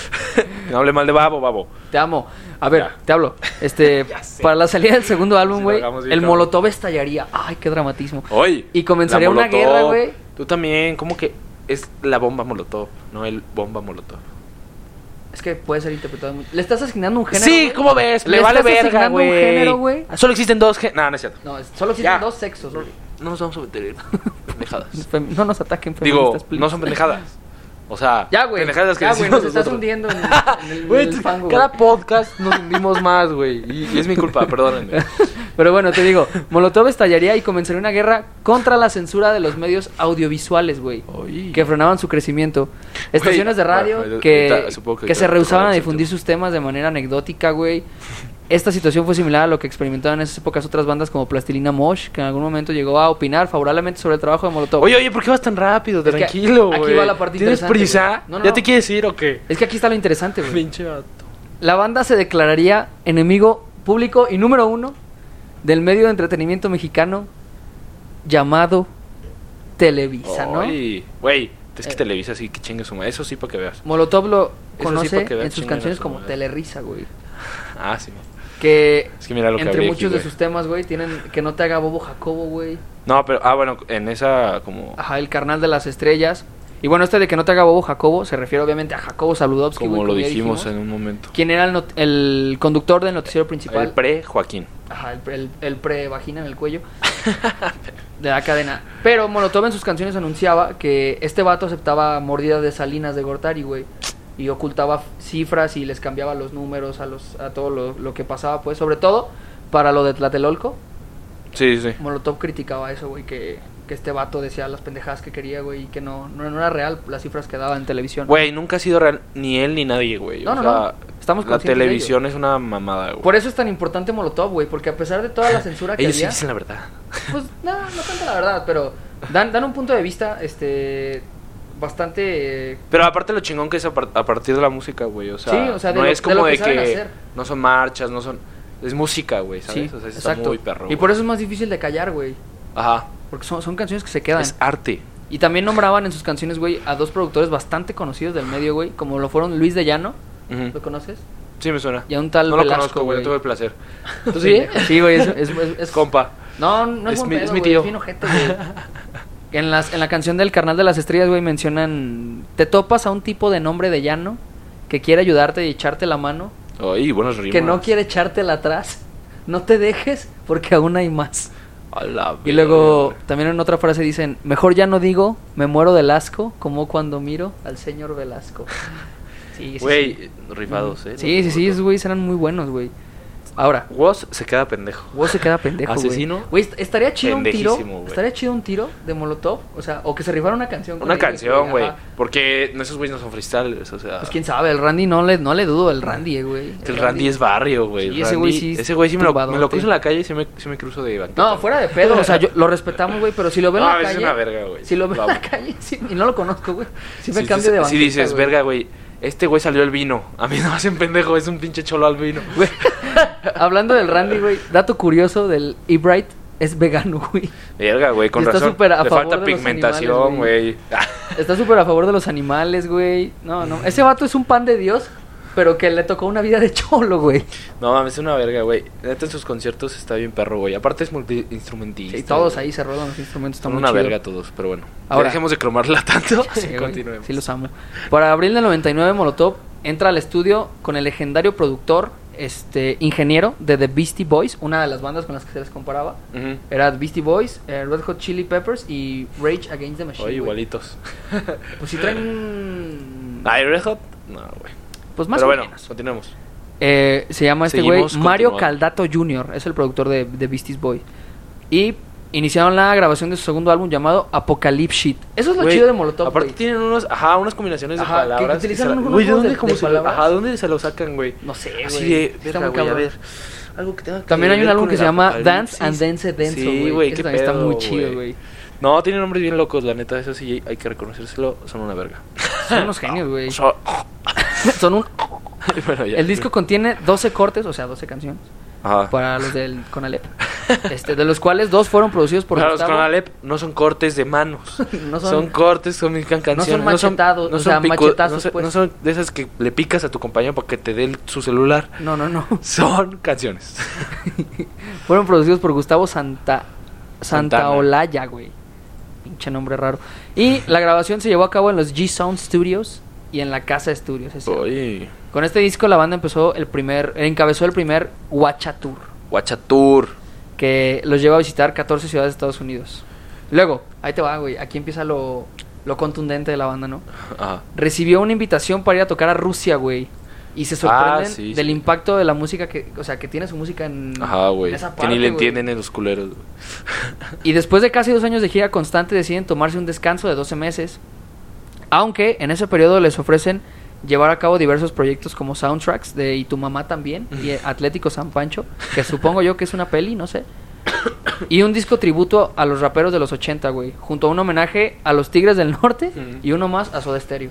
Speaker 1: no hablé mal de Babo, Babo.
Speaker 2: Te amo. A ver,
Speaker 1: Ya.
Speaker 2: te hablo. Este,
Speaker 1: Ya sé.
Speaker 2: para la salida del segundo álbum,
Speaker 1: lo
Speaker 2: güey,
Speaker 1: hagamos bien,
Speaker 2: el
Speaker 1: cabrón. Oh.
Speaker 2: Molotov estallaría. Ay, qué dramatismo.
Speaker 1: Hoy.
Speaker 2: Y comenzaría
Speaker 1: la
Speaker 2: una
Speaker 1: Molotov.
Speaker 2: guerra, güey.
Speaker 1: Tú también, como que es la bomba Molotov, no el bomba Molotov.
Speaker 2: Es que puede ser interpretado. muy- Le estás asignando un género.
Speaker 1: sí,
Speaker 2: güey?
Speaker 1: ¿cómo ves?
Speaker 2: Le
Speaker 1: Le vale
Speaker 2: estás
Speaker 1: verga,
Speaker 2: asignando un género, güey.
Speaker 1: güey. Solo existen dos géneros. No, no es cierto.
Speaker 2: No, es- solo existen
Speaker 1: Ya.
Speaker 2: dos sexos, güey.
Speaker 1: No nos vamos a meter en pendejadas.
Speaker 2: Fem- No nos ataquen
Speaker 1: Digo,
Speaker 2: feministas, please.
Speaker 1: no son pendejadas. O sea,
Speaker 2: Ya, güey.
Speaker 1: pendejadas las que
Speaker 2: Ya, güey,
Speaker 1: decimos
Speaker 2: nos estás
Speaker 1: nosotros.
Speaker 2: hundiendo en, en el,
Speaker 1: Güey,
Speaker 2: en el fango,
Speaker 1: cada
Speaker 2: güey.
Speaker 1: podcast nos hundimos más, güey. Y, y es mi culpa, perdónenme.
Speaker 2: Pero bueno, te digo, Molotov estallaría y comenzaría una guerra contra la censura de los medios audiovisuales, güey.
Speaker 1: Oye.
Speaker 2: Que frenaban su crecimiento. Estaciones de radio
Speaker 1: bueno,
Speaker 2: que,
Speaker 1: ahorita supongo que
Speaker 2: que se
Speaker 1: tocaremos
Speaker 2: rehusaban a
Speaker 1: el
Speaker 2: difundir sus temas de manera anecdótica, güey. Esta situación fue similar a lo que experimentaban en esas épocas otras bandas como Plastilina Mosh, que en algún momento llegó a opinar favorablemente sobre el trabajo de Molotov.
Speaker 1: Oye, oye, ¿por qué vas tan rápido?
Speaker 2: que
Speaker 1: Tranquilo,
Speaker 2: aquí
Speaker 1: güey.
Speaker 2: va la parte
Speaker 1: ¿Tienes
Speaker 2: interesante,
Speaker 1: prisa?
Speaker 2: güey. No, no,
Speaker 1: ¿Ya
Speaker 2: no.
Speaker 1: te quieres ir o qué?
Speaker 2: Es que aquí está lo interesante, güey.
Speaker 1: Pinche vato.
Speaker 2: La banda se declararía enemigo público y número uno del medio de entretenimiento mexicano llamado Televisa, ¿no?
Speaker 1: Oye, Güey, es que
Speaker 2: Eh.
Speaker 1: Televisa sí que chingue su madre. Eso sí para que veas.
Speaker 2: Molotov lo
Speaker 1: sí,
Speaker 2: conoce
Speaker 1: para que vean
Speaker 2: en sus
Speaker 1: chinguen a
Speaker 2: canciones
Speaker 1: su
Speaker 2: como
Speaker 1: madre.
Speaker 2: Telerisa, güey.
Speaker 1: Ah, sí.
Speaker 2: Que,
Speaker 1: Es que mira lo que
Speaker 2: entre
Speaker 1: abrí
Speaker 2: muchos
Speaker 1: aquí,
Speaker 2: de
Speaker 1: güey.
Speaker 2: sus temas, güey, tienen que no te haga bobo Jacobo, güey.
Speaker 1: No, pero, ah, bueno, en esa como...
Speaker 2: Ajá, el carnal de las estrellas. Y bueno, este de que no te haga bobo Jacobo se refiere obviamente a Jacobo Saludowski,
Speaker 1: como
Speaker 2: güey,
Speaker 1: lo
Speaker 2: ya
Speaker 1: dijimos, en un momento.
Speaker 2: Quien era el, not- el conductor del noticiero principal.
Speaker 1: El pre-Joaquín.
Speaker 2: Ajá, el, el, el pre-vagina en el cuello de la cadena. Pero Molotov en sus canciones anunciaba que este vato aceptaba mordidas de salinas de Gortari, güey. Y ocultaba f- cifras y les cambiaba los números a, los, a todo lo, lo que pasaba, pues. Sobre todo para lo de Tlatelolco,
Speaker 1: Sí, sí.
Speaker 2: Molotov criticaba eso, güey, que, que este vato decía las pendejadas que quería, güey, y que no, no, no era real las cifras que daba en televisión.
Speaker 1: Güey, nunca ha sido real ni él ni nadie, güey.
Speaker 2: No,
Speaker 1: O
Speaker 2: no,
Speaker 1: sea,
Speaker 2: no. Estamos
Speaker 1: La
Speaker 2: conscientes de
Speaker 1: televisión es una mamada, güey.
Speaker 2: Por eso es tan importante Molotov, güey, porque a pesar de toda la censura que
Speaker 1: Ellos sí
Speaker 2: había,
Speaker 1: dicen la verdad.
Speaker 2: pues nada, no tanta la verdad, pero dan, dan un punto de vista, este, bastante... eh,
Speaker 1: Pero aparte lo chingón que es a, par- a partir de la música, güey. O sea,
Speaker 2: Sí, o sea, de
Speaker 1: no
Speaker 2: lo-
Speaker 1: es
Speaker 2: de
Speaker 1: como
Speaker 2: lo que
Speaker 1: de que,
Speaker 2: saben hacer.
Speaker 1: no son marchas, no son... Es música, güey, ¿sabes? o sea, eso está muy perro.
Speaker 2: y
Speaker 1: güey.
Speaker 2: por eso es más difícil de callar, güey,
Speaker 1: Ajá.
Speaker 2: porque son, son canciones que se quedan.
Speaker 1: Es arte.
Speaker 2: Y también nombraban en sus canciones, güey, a dos productores bastante conocidos del medio, güey, como lo fueron Luis de Llano,
Speaker 1: Ujú.
Speaker 2: ¿lo conoces?
Speaker 1: Sí, me suena.
Speaker 2: Y a un tal
Speaker 1: No lo
Speaker 2: Velasco,
Speaker 1: conozco, güey. No
Speaker 2: güey.
Speaker 1: tuve el placer.
Speaker 2: ¿Tú sí? Sí, güey, es, es, es- es-
Speaker 1: Compa.
Speaker 2: No, no es,
Speaker 1: Es
Speaker 2: buen
Speaker 1: mi-
Speaker 2: pedo,
Speaker 1: es mi
Speaker 2: güey,
Speaker 1: tío.
Speaker 2: bien ojete, güey. En, las, en la canción del Carnal de las Estrellas, güey, mencionan... Te topas a un tipo de nombre de llano que quiere ayudarte y echarte la mano,
Speaker 1: Ay, buenos rimas.
Speaker 2: que no quiere echártela atrás. No te dejes porque aún hay más.
Speaker 1: A la
Speaker 2: Y luego
Speaker 1: verga.
Speaker 2: también en otra frase dicen, mejor ya no digo, me muero del asco, como cuando miro al señor Velasco. Sí, sí,
Speaker 1: Güey,
Speaker 2: sí.
Speaker 1: rifados, ¿eh?
Speaker 2: Sí, sí, sí, esos güeyes eran muy buenos, güey. Ahora,
Speaker 1: Woz se queda pendejo.
Speaker 2: Vos se queda pendejo, güey.
Speaker 1: Asesino.
Speaker 2: Güey, est- estaría chido un tiro.
Speaker 1: Pendejísimo, güey.
Speaker 2: Estaría chido un tiro de Molotov. O sea, o que se rifara una canción. con
Speaker 1: Una
Speaker 2: ellos,
Speaker 1: canción, güey.
Speaker 2: ajá.
Speaker 1: Porque esos güeyes no son freestylers, o sea.
Speaker 2: Pues quién sabe, el Randy no le, no le dudo, el Randy, eh, güey.
Speaker 1: que el Randy es barrio, güey.
Speaker 2: Sí, ese güey
Speaker 1: Randy-
Speaker 2: sí es
Speaker 1: Ese güey sí me lo, me lo
Speaker 2: tumbadote.
Speaker 1: cruzo en la calle y sí me, sí me cruzo de banqueta.
Speaker 2: No, fuera de pedo, o sea, yo, lo respetamos, güey, pero si lo veo
Speaker 1: No, a
Speaker 2: en la
Speaker 1: veces
Speaker 2: calle.
Speaker 1: es una verga, güey.
Speaker 2: Si lo veo
Speaker 1: Lo
Speaker 2: en la
Speaker 1: amo.
Speaker 2: calle sí, y no lo conozco, güey. Si me
Speaker 1: Sí,
Speaker 2: cambio
Speaker 1: sí, sí,
Speaker 2: de banqueta.
Speaker 1: Sí dices,
Speaker 2: güey.
Speaker 1: verga, güey. Este güey salió el vino. A mí no me hacen pendejo, es un pinche cholo al vino.
Speaker 2: Güey, Hablando del Randy, güey, dato curioso del E-Bright es vegano, güey.
Speaker 1: Verga, güey, con
Speaker 2: Está
Speaker 1: razón.
Speaker 2: súper a
Speaker 1: Le
Speaker 2: favor
Speaker 1: falta
Speaker 2: de los
Speaker 1: pigmentación,
Speaker 2: animales,
Speaker 1: güey.
Speaker 2: Está súper a favor de los animales, güey. No, no. Ese vato es un pan de Dios, pero que le tocó una vida de cholo, güey.
Speaker 1: No mames, es una verga, güey. Neta en sus conciertos está bien perro, güey. Aparte es multiinstrumentista.
Speaker 2: Sí, todos
Speaker 1: güey.
Speaker 2: ahí se rodan los instrumentos. Está
Speaker 1: Son
Speaker 2: muy
Speaker 1: una
Speaker 2: chido.
Speaker 1: verga todos, pero bueno. Ya
Speaker 2: Ahora-
Speaker 1: dejemos de cromarla tanto.
Speaker 2: Sí, güey,
Speaker 1: continuemos.
Speaker 2: sí, los amo. Para abril del 99, Molotov entra al estudio con el legendario productor, este, ingeniero de The Beastie Boys, una de las bandas con las que se les comparaba.
Speaker 1: Ujú.
Speaker 2: Era Beastie Boys, eh, Red Hot Chili Peppers y Rage Against the
Speaker 1: Oye,
Speaker 2: Machine. Oh, güey.
Speaker 1: igualitos.
Speaker 2: Pues si traen...
Speaker 1: ¿Ay, Red Hot? No, güey.
Speaker 2: Pues más
Speaker 1: pero
Speaker 2: o
Speaker 1: bueno,
Speaker 2: menos.
Speaker 1: continuemos.
Speaker 2: Eh, se llama este güey
Speaker 1: Seguimos,
Speaker 2: Mario
Speaker 1: continuamos.
Speaker 2: Caldato Jr., es el productor de, de Beasties Boy. Y iniciaron la grabación de su segundo álbum llamado Apocalypse Shit. Eso es lo
Speaker 1: Güey,
Speaker 2: chido de Molotov.
Speaker 1: Aparte
Speaker 2: güey.
Speaker 1: tienen unos, ajá, unas combinaciones
Speaker 2: Ajá, que
Speaker 1: de palabras.
Speaker 2: utilizan
Speaker 1: se la-
Speaker 2: unos
Speaker 1: güey, ¿de
Speaker 2: juegos
Speaker 1: dónde,
Speaker 2: de-
Speaker 1: cómo
Speaker 2: de
Speaker 1: se lo-
Speaker 2: palabras?
Speaker 1: ajá, ¿dónde se lo sacan, güey?
Speaker 2: No sé,
Speaker 1: Así
Speaker 2: güey.
Speaker 1: de, Ah, eh,
Speaker 2: Está
Speaker 1: verga,
Speaker 2: muy
Speaker 1: güey, a
Speaker 2: cabrón.
Speaker 1: ver. Algo que tenga que
Speaker 2: También hay un
Speaker 1: ver Eh,
Speaker 2: álbum
Speaker 1: con
Speaker 2: que
Speaker 1: el
Speaker 2: se llama
Speaker 1: apocalipsis.
Speaker 2: Dance and Dance Denso, güey.
Speaker 1: Sí, güey,
Speaker 2: Ese
Speaker 1: qué
Speaker 2: también está
Speaker 1: pedo,
Speaker 2: muy chido, güey.
Speaker 1: No, tienen nombres bien locos, la neta, eso sí, hay que reconocérselo, son una verga.
Speaker 2: Son unos genios, güey.
Speaker 1: O sea,
Speaker 2: Son un...
Speaker 1: bueno, ya.
Speaker 2: El disco contiene 12 cortes, o sea, 12 canciones,
Speaker 1: Ajá.
Speaker 2: para los del Conalep. Este, de los cuales dos fueron producidos por
Speaker 1: Para los
Speaker 2: Gustavo.
Speaker 1: Conalep no son cortes de manos.
Speaker 2: No son-
Speaker 1: son, cortes, son canciones.
Speaker 2: no son machetados, o sea, machetazos,
Speaker 1: no son-
Speaker 2: pues.
Speaker 1: no son de esas que le picas a tu compañero para que te dé el- su celular.
Speaker 2: No, no, no.
Speaker 1: Son canciones.
Speaker 2: Fueron producidos por Gustavo Santa
Speaker 1: Santana.
Speaker 2: Santaolalla, güey. Pinche nombre raro. Y la grabación se llevó a cabo en los G Sound Studios y en la Casa Studios. ese.
Speaker 1: Oye,
Speaker 2: Con este disco la banda empezó el primer, encabezó el primer Huacha Tour,
Speaker 1: Guachatour.
Speaker 2: que los lleva a visitar 14 ciudades de Estados Unidos. Luego, ahí te va, güey. Aquí empieza lo, lo contundente de la banda, ¿no?
Speaker 1: Ajá.
Speaker 2: Recibió una invitación para ir a tocar a Rusia, güey. Y se sorprenden
Speaker 1: Ah, sí,
Speaker 2: del
Speaker 1: sí.
Speaker 2: impacto de la música que, o sea, que tiene su música en,
Speaker 1: Ajá, güey.
Speaker 2: en Mm. esa
Speaker 1: Que ni
Speaker 2: parte,
Speaker 1: le
Speaker 2: güey.
Speaker 1: entienden en los culeros. güey.
Speaker 2: Y después de casi dos años de gira constante deciden tomarse un descanso de 12 meses, aunque en ese periodo les ofrecen llevar a cabo diversos proyectos como soundtracks de Y tu mamá también y Atlético San Pancho, que supongo yo que es una peli, no sé. Y un disco tributo a los raperos de los 80, güey, junto a un homenaje a los Tigres del Norte
Speaker 1: Ujú.
Speaker 2: y uno más a Soda Stereo.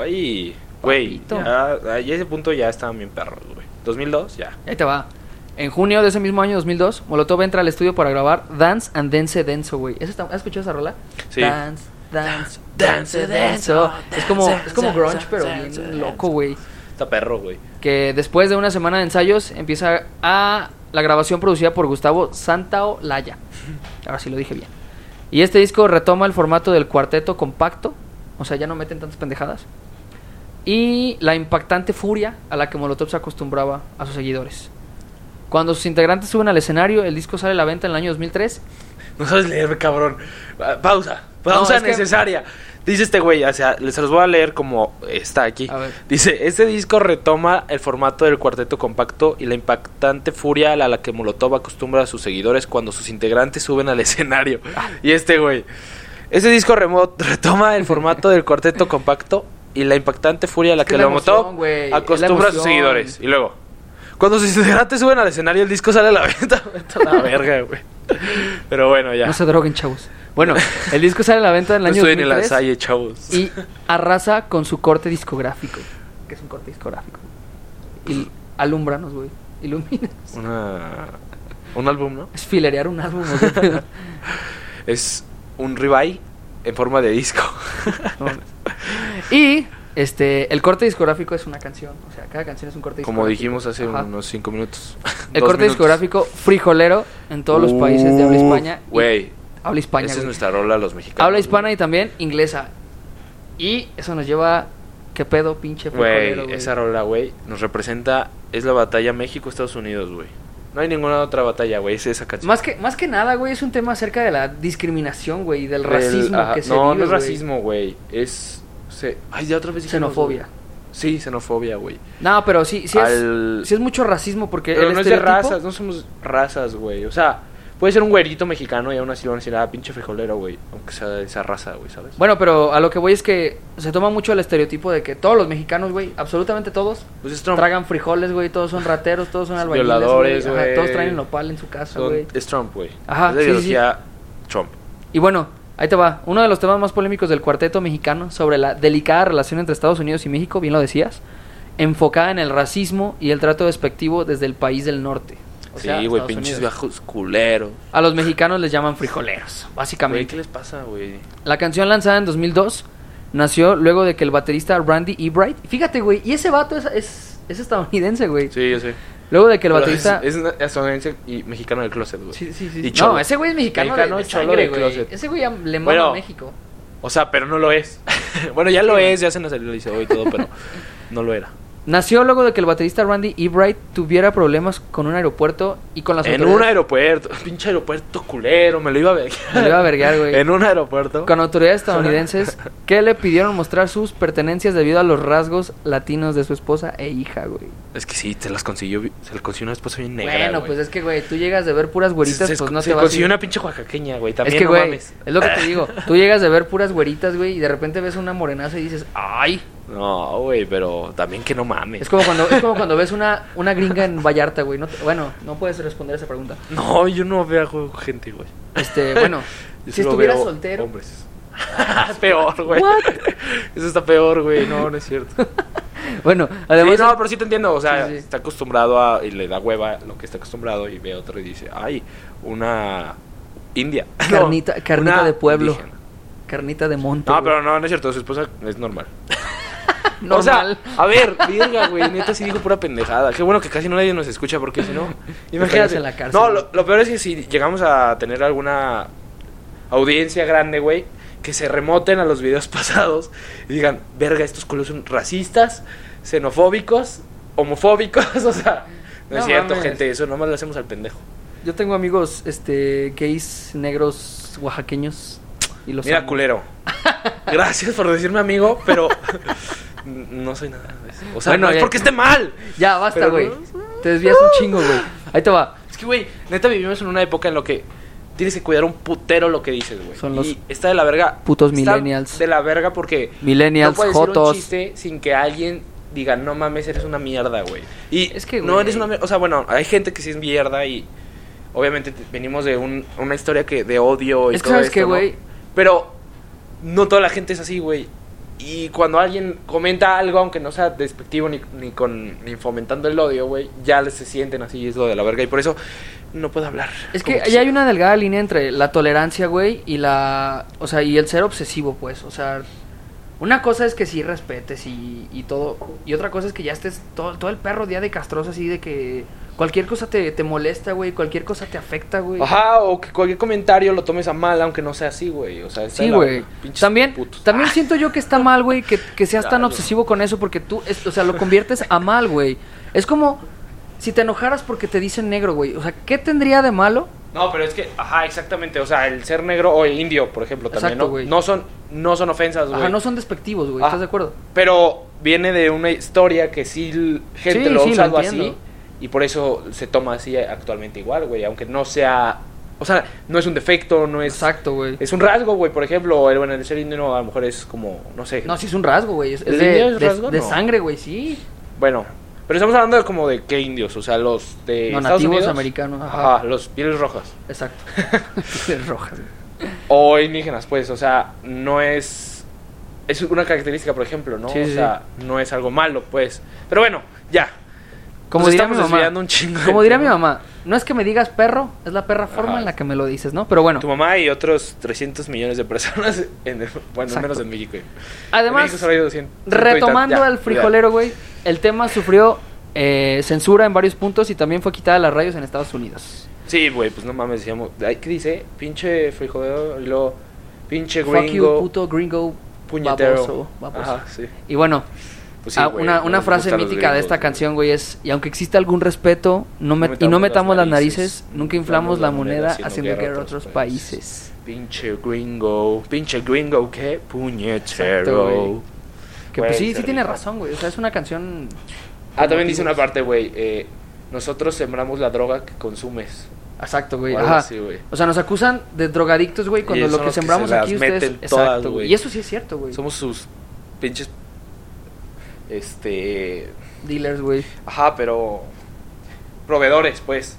Speaker 1: Ay, güey.
Speaker 2: Papito.
Speaker 1: Ya, a ese punto ya estaban bien perros, güey. 2002, ya.
Speaker 2: Y Ahí te va. En junio de ese mismo año 2002, Molotov entra al estudio para grabar Dance and Dance Denso, güey. ¿Esa está- ¿Has escuchado esa rola?
Speaker 1: Sí.
Speaker 2: Dance, dance, dance, denso. Es como, es como grunge, pero bien loco, güey.
Speaker 1: Está perro, güey.
Speaker 2: Que después de una semana de ensayos empieza a la grabación producida por Gustavo Santaolalla. Ahora sí lo dije bien. Y este disco retoma el formato del cuarteto compacto, o sea, ya no meten tantas pendejadas. Y la impactante furia a la que Molotov se acostumbraba a sus seguidores. Cuando sus integrantes suben al escenario, el disco sale a la venta en el año 2003.
Speaker 1: No sabes leer, cabrón. Pa- Ah, Pausa. Pausa
Speaker 2: No, es que-
Speaker 1: necesaria. Dice este güey, o sea, les- se los voy a leer como está aquí.
Speaker 2: A ver.
Speaker 1: Dice, este disco retoma el formato del cuarteto compacto y la impactante furia a la que Molotov acostumbra a sus seguidores cuando sus integrantes suben al escenario. Y este güey, este disco remo- retoma el formato del cuarteto compacto y la impactante furia a la
Speaker 2: Es
Speaker 1: que,
Speaker 2: que es la
Speaker 1: Molotov
Speaker 2: emoción, güey, es la
Speaker 1: acostumbra a sus
Speaker 2: emoción.
Speaker 1: seguidores. Y luego, cuando sus integrantes suben al escenario, el disco sale a la venta. Vete a la verga, güey. Pero bueno, ya.
Speaker 2: No se droguen, chavos. Bueno, el disco sale a la venta en el
Speaker 1: No
Speaker 2: año
Speaker 1: estoy en el
Speaker 2: 2003
Speaker 1: ensayo, chavos.
Speaker 2: y arrasa con su corte discográfico, que es un corte discográfico. Y alumbranos, güey. Ilumina.
Speaker 1: Una- un álbum, ¿no?
Speaker 2: Es filerear un álbum. o sea,
Speaker 1: Es un ribeye en forma de disco.
Speaker 2: no. y este, el corte discográfico es una canción. O sea, cada canción es un corte discográfico.
Speaker 1: Como dijimos hace
Speaker 2: Ajá.
Speaker 1: unos 5 minutos.
Speaker 2: El
Speaker 1: Dos
Speaker 2: corte
Speaker 1: minutos. Uh,
Speaker 2: discográfico frijolero en todos los países de habla hispana. y-
Speaker 1: Güey,
Speaker 2: Habla hispana.
Speaker 1: esa es
Speaker 2: güey.
Speaker 1: nuestra rola, los mexicanos.
Speaker 2: Habla hispana y también inglesa. Y eso nos lleva. a- ¿Qué pedo, pinche frijolero?
Speaker 1: Güey,
Speaker 2: güey?
Speaker 1: esa rola, güey, nos representa. Es la batalla México-Estados Unidos, güey. No hay ninguna otra batalla, güey. Es esa canción.
Speaker 2: Más que, más que nada, güey, es un tema acerca de la discriminación, güey, y del
Speaker 1: Del-
Speaker 2: racismo
Speaker 1: ajá,
Speaker 2: que se
Speaker 1: No,
Speaker 2: vive,
Speaker 1: no es
Speaker 2: güey.
Speaker 1: racismo, güey. Es. se- ay, ya otra vez dijimos,
Speaker 2: Xenofobia.
Speaker 1: güey. Sí, xenofobia, güey.
Speaker 2: No, pero sí, sí,
Speaker 1: Al-
Speaker 2: es, sí es mucho racismo porque
Speaker 1: Pero
Speaker 2: el
Speaker 1: no es de
Speaker 2: estereotipo...
Speaker 1: razas, no somos razas, güey. O sea, puede ser un güerito mexicano y aún así van a decir, ah, pinche frijolero, güey. Aunque sea de esa raza, güey, ¿sabes?
Speaker 2: Bueno, pero a lo que voy es que se toma mucho el estereotipo de que todos los mexicanos, güey, absolutamente todos,
Speaker 1: pues es Trump.
Speaker 2: tragan frijoles, güey, todos son rateros, todos son albañiles,
Speaker 1: Violadores,
Speaker 2: ajá,
Speaker 1: güey.
Speaker 2: Todos traen nopal en su casa,
Speaker 1: Son-
Speaker 2: güey.
Speaker 1: es Trump, güey.
Speaker 2: Ajá,
Speaker 1: Es la
Speaker 2: sí, sí, sí.
Speaker 1: ideología Trump.
Speaker 2: Y bueno, ahí te va. Uno de los temas más polémicos del cuarteto mexicano sobre la delicada relación entre Estados Unidos y México, bien lo decías, enfocada en el racismo y el trato despectivo desde el país del norte. O sea,
Speaker 1: sí, güey,
Speaker 2: Estados
Speaker 1: pinches
Speaker 2: Unidos.
Speaker 1: viejos culeros.
Speaker 2: A los mexicanos les llaman frijoleros,
Speaker 1: Güey, ¿qué
Speaker 2: básicamente.
Speaker 1: les pasa, güey?
Speaker 2: La canción lanzada en 2002 nació luego de que el baterista Randy Ebright... Fíjate, güey, y ese vato es, es, es estadounidense, güey.
Speaker 1: Sí, yo sé.
Speaker 2: Luego de que el
Speaker 1: Pero
Speaker 2: baterista...
Speaker 1: Es, es una- estadounidense y mexicano del closet, güey.
Speaker 2: Sí, sí, sí.
Speaker 1: Y
Speaker 2: No,
Speaker 1: cholo.
Speaker 2: ese güey es mexicano,
Speaker 1: Mexicano,
Speaker 2: de, de
Speaker 1: cholo
Speaker 2: sangre,
Speaker 1: de
Speaker 2: güey.
Speaker 1: closet.
Speaker 2: Ese güey ya le mama
Speaker 1: Bueno.
Speaker 2: a México.
Speaker 1: O sea, pero no lo es. bueno, ya lo es, ya se nos salió el hoy y todo, pero no lo era.
Speaker 2: Nació luego de que el baterista Randy Ebright tuviera problemas con un aeropuerto y con las
Speaker 1: En un
Speaker 2: autoridades.
Speaker 1: aeropuerto. Pinche aeropuerto culero, me lo iba a ver.
Speaker 2: Me lo iba a verguear, güey.
Speaker 1: En un aeropuerto.
Speaker 2: Con autoridades estadounidenses que le pidieron mostrar sus pertenencias debido a los rasgos latinos de su esposa e hija, güey.
Speaker 1: Es que sí, se las consiguió. bi- Se le consiguió una esposa bien negra.
Speaker 2: Bueno,
Speaker 1: güey.
Speaker 2: pues es que, güey, tú llegas de ver puras güeritas,
Speaker 1: se,
Speaker 2: pues no
Speaker 1: se
Speaker 2: te vas a ir.
Speaker 1: consiguió una pinche oaxaqueña, güey. También
Speaker 2: es que,
Speaker 1: no
Speaker 2: güey,
Speaker 1: mames.
Speaker 2: es lo que te digo. Tú llegas de ver puras güeritas, güey, y de repente ves una morenaza y dices, ¡ay!
Speaker 1: No, güey, pero también que no mames.
Speaker 2: Es como cuando, es como cuando ves una, una gringa en Vallarta, güey. No te- bueno, no puedes responder a esa pregunta.
Speaker 1: No, yo no veo gente, güey.
Speaker 2: Este, bueno,
Speaker 1: Yo
Speaker 2: si
Speaker 1: solo
Speaker 2: estuvieras
Speaker 1: veo
Speaker 2: soltero.
Speaker 1: Hombres. peor, güey.
Speaker 2: What?
Speaker 1: Eso está peor, güey. No, no es cierto.
Speaker 2: Bueno, además.
Speaker 1: Además, no, pero sí te entiendo. O sea,
Speaker 2: Sí, sí.
Speaker 1: está acostumbrado a. Y le da hueva lo que está acostumbrado. Y ve otro y dice, ay, una. India. No,
Speaker 2: Carnita- carnita
Speaker 1: una
Speaker 2: de pueblo.
Speaker 1: indígena.
Speaker 2: Carnita de monte.
Speaker 1: No,
Speaker 2: güey.
Speaker 1: pero no, no es cierto. Su esposa es normal.
Speaker 2: Normal.
Speaker 1: O sea, a ver, virga, güey, neta sí dijo pura pendejada. Qué bueno que casi nadie nos escucha porque si no,
Speaker 2: Estarías
Speaker 1: imagínate.
Speaker 2: en la cárcel.
Speaker 1: no, lo, lo peor es que si llegamos a tener alguna audiencia grande, güey, que se remoten a los videos pasados y digan, "Verga, estos culos son racistas, xenofóbicos, homofóbicos", o sea, no, es
Speaker 2: No
Speaker 1: cierto,
Speaker 2: mames.
Speaker 1: gente, eso nomás lo hacemos al pendejo.
Speaker 2: Yo tengo amigos este, gays, negros, oaxaqueños. Y los
Speaker 1: Mira,
Speaker 2: amo.
Speaker 1: culero. Gracias por decirme amigo, pero n- no soy nada. de eso. O sea,
Speaker 2: Bueno,
Speaker 1: no es
Speaker 2: ya-
Speaker 1: porque esté mal.
Speaker 2: Ya, basta,
Speaker 1: Pero
Speaker 2: güey.
Speaker 1: no-
Speaker 2: Te desvías un chingo, güey. Ahí te va.
Speaker 1: Es que, güey, neta vivimos en una época en la que tienes que cuidar un putero lo que dices, güey.
Speaker 2: Son los
Speaker 1: y está de la verga.
Speaker 2: putos
Speaker 1: está
Speaker 2: millennials.
Speaker 1: De la verga porque no
Speaker 2: Millennials,
Speaker 1: puedes decir un
Speaker 2: jotos.
Speaker 1: chiste sin que alguien diga, no mames, eres una mierda, güey. Y
Speaker 2: Es que,
Speaker 1: no
Speaker 2: güey.
Speaker 1: eres una mierda. O sea, bueno, hay gente que sí es mierda y obviamente te- venimos de un- una historia que de odio y
Speaker 2: Es que
Speaker 1: todo
Speaker 2: sabes
Speaker 1: esto,
Speaker 2: que,
Speaker 1: ¿no?
Speaker 2: güey.
Speaker 1: Pero no toda la gente es así, güey. Y cuando alguien comenta algo, aunque no sea despectivo ni, ni con ni fomentando el odio, güey, ya les se sienten así, y es lo de la verga. Y por eso no puedo hablar.
Speaker 2: Es
Speaker 1: como
Speaker 2: que ahí
Speaker 1: quisiera.
Speaker 2: hay una delgada línea entre la tolerancia, güey, y la. O sea, y el ser obsesivo, pues. O sea, una cosa es que sí respetes y, y todo. Y otra cosa es que ya estés todo, todo el perro día de castroso, así de que cualquier cosa te, te molesta, güey. Cualquier cosa te afecta, güey.
Speaker 1: Ajá, o que cualquier comentario lo tomes a mal, aunque no sea así, güey. O sea, está
Speaker 2: Sí,
Speaker 1: de la
Speaker 2: güey.
Speaker 1: verga, pinches
Speaker 2: También,
Speaker 1: putos. Ah.
Speaker 2: también siento yo que está mal, güey, que, que seas tan
Speaker 1: Claro.
Speaker 2: obsesivo con eso porque tú, es- o sea, lo conviertes a mal, güey. Es como si te enojaras porque te dicen negro, güey. O sea, ¿qué tendría de malo
Speaker 1: No, pero es que, ajá, exactamente. O sea, el ser negro o el indio, por ejemplo, también,
Speaker 2: Exacto,
Speaker 1: ¿no?
Speaker 2: güey.
Speaker 1: No son, no son ofensas, Pues, güey.
Speaker 2: Ajá, no son despectivos, güey.
Speaker 1: Ah.
Speaker 2: ¿Estás de acuerdo?
Speaker 1: Pero viene de una historia que sí l- gente
Speaker 2: Sí,
Speaker 1: lo ha
Speaker 2: sí, lo
Speaker 1: usado así.
Speaker 2: entiendo.
Speaker 1: Y por eso se toma así actualmente igual, güey. Aunque no sea. O sea, no es un defecto, no es.
Speaker 2: Exacto, güey.
Speaker 1: Pues, Es un rasgo, güey. Por ejemplo, el, bueno, el ser indio a lo mejor es como. No sé.
Speaker 2: No, sí es un rasgo, güey. Es, es
Speaker 1: ¿El
Speaker 2: de,
Speaker 1: indio es
Speaker 2: de-
Speaker 1: rasgo?
Speaker 2: de
Speaker 1: No.
Speaker 2: sangre, güey, sí.
Speaker 1: Bueno. Pero estamos hablando de como de qué indios. O sea, los de.
Speaker 2: No,
Speaker 1: Estados
Speaker 2: nativos
Speaker 1: Unidos.
Speaker 2: americanos, ajá.
Speaker 1: Ajá, los pieles rojas.
Speaker 2: Exacto. es roja, güey.
Speaker 1: O indígenas, pues, o sea, no es. Es una característica, por ejemplo, ¿no?
Speaker 2: Sí,
Speaker 1: o
Speaker 2: sí,
Speaker 1: sea, no es algo malo, pues. Pero bueno, ya.
Speaker 2: Como
Speaker 1: Nos
Speaker 2: diría mi
Speaker 1: estamos
Speaker 2: mamá.
Speaker 1: desviando un chingo del
Speaker 2: Como diría mi
Speaker 1: tema.
Speaker 2: mamá, no es que me digas perro, es la perra forma
Speaker 1: Ajá.
Speaker 2: en la que me lo dices, ¿no? Pero bueno.
Speaker 1: Tu mamá y otros 300 millones de personas, en el- bueno,
Speaker 2: Exacto.
Speaker 1: menos en México. En
Speaker 2: Además,
Speaker 1: México solo hay 200,
Speaker 2: retomando
Speaker 1: ya,
Speaker 2: al
Speaker 1: ya.
Speaker 2: frijolero, güey, el tema sufrió eh, censura en varios puntos y también fue quitada de las radios en Estados Unidos.
Speaker 1: Sí, güey, pues no mames, decíamos. ay, ¿Qué dice? Pinche frijolero, y luego. Pinche
Speaker 2: Fuck you,
Speaker 1: gringo,
Speaker 2: puto gringo,
Speaker 1: puñetero.
Speaker 2: baboso, baboso.
Speaker 1: Ajá, sí.
Speaker 2: Y bueno,
Speaker 1: Pues sí,
Speaker 2: ah,
Speaker 1: güey,
Speaker 2: una,
Speaker 1: no
Speaker 2: una
Speaker 1: nos
Speaker 2: frase
Speaker 1: gustan los
Speaker 2: mítica de
Speaker 1: gringos,
Speaker 2: esta
Speaker 1: güey.
Speaker 2: canción, güey, es, y aunque exista algún respeto, no met- y no metamos las narices, nunca inflamos la moneda haciendo guerra a otros países.
Speaker 1: Pinche gringo, pinche gringo, qué
Speaker 2: Exacto, güey.
Speaker 1: puñetero.
Speaker 2: Que pues
Speaker 1: Güey,
Speaker 2: sí,
Speaker 1: se
Speaker 2: sí tiene
Speaker 1: rifa.
Speaker 2: razón, güey, o sea, es una canción...
Speaker 1: Ah, también dice
Speaker 2: motivos.
Speaker 1: una parte, güey. eh, nosotros sembramos la droga que consumes.
Speaker 2: Exacto, güey.
Speaker 1: O algo
Speaker 2: Ajá.
Speaker 1: así, güey.
Speaker 2: O sea, nos acusan de drogadictos, güey, cuando
Speaker 1: ellos
Speaker 2: lo
Speaker 1: son
Speaker 2: que
Speaker 1: los que
Speaker 2: sembramos
Speaker 1: se las
Speaker 2: aquí ustedes.
Speaker 1: meten todas,
Speaker 2: Exacto, güey.
Speaker 1: güey.
Speaker 2: Y eso sí es cierto, güey.
Speaker 1: Somos sus pinches. Este.
Speaker 2: dealers, güey.
Speaker 1: Ajá, pero. Proveedores, pues.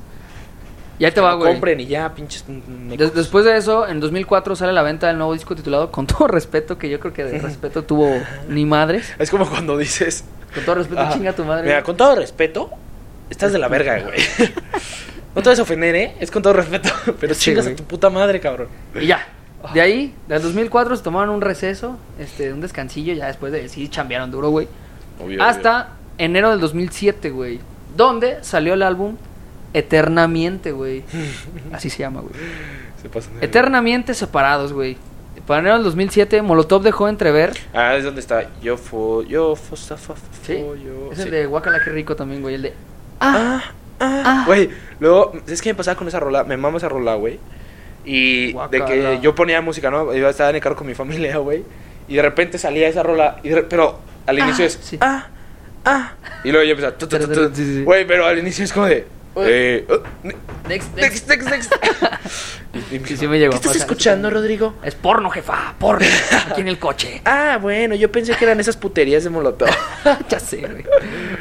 Speaker 2: Y ahí te
Speaker 1: Que
Speaker 2: va,
Speaker 1: no
Speaker 2: güey.
Speaker 1: Compren y ya, pinches. mm,
Speaker 2: Des- después de eso, en 2004 sale a la venta el nuevo disco titulado Con todo respeto, que yo creo que de respeto tuvo ni madres.
Speaker 1: Es como cuando dices.
Speaker 2: Con todo respeto,
Speaker 1: Ajá.
Speaker 2: Pues, chinga tu madre. Pues,
Speaker 1: Mira,
Speaker 2: güey.
Speaker 1: con todo respeto, estás de la verga, güey. no te vas a ofender, ¿eh? Es con todo respeto. Pero
Speaker 2: Sí,
Speaker 1: chingas
Speaker 2: güey.
Speaker 1: a tu puta madre, cabrón.
Speaker 2: Y ya. De ahí, del 2004 se tomaron un receso, este, un descansillo, ya después de sí chambearon duro, güey. Hasta enero del 2007, güey. Donde salió el álbum Eternamente, güey. Así se llama, güey.
Speaker 1: Se pasan de-
Speaker 2: Eternamente separados, güey. Para enero del 2007, Molotov dejó entrever.
Speaker 1: Ah, es donde está. Yo fo, yo fo, sa, fa, fa, fo,
Speaker 2: Sí.
Speaker 1: Oh, yo.
Speaker 2: Es el
Speaker 1: sí.
Speaker 2: de Guacala, qué rico también, güey. El de.
Speaker 1: Ah,
Speaker 2: Ah.
Speaker 1: ah. Güey, luego, ¿sabes qué me pasaba con esa rola? Me mama esa rola, güey. Y
Speaker 2: Guácala.
Speaker 1: de que yo ponía música, ¿no? Iba a estar en el carro con mi familia, güey. Y de repente salía esa rola. Y de re- pero al inicio es.
Speaker 2: sí.
Speaker 1: Ah, ah. Y luego yo empezaba. tu, tu, tu, tu.
Speaker 2: Sí, sí, sí.
Speaker 1: Güey, pero al inicio es como de.
Speaker 2: Oye.
Speaker 1: Eh, oh, ne-
Speaker 2: Next, next.
Speaker 1: next, next, next. Y- y me
Speaker 2: Sí,
Speaker 1: dijo,
Speaker 2: sí me llegó
Speaker 1: ¿Qué
Speaker 2: a
Speaker 1: estás
Speaker 2: pasar.
Speaker 1: escuchando, Rodrigo?
Speaker 2: Es porno, jefa, porno. Aquí en el coche.
Speaker 1: Ah, bueno, yo pensé que eran esas puterías de Molotov.
Speaker 2: ya sé, güey.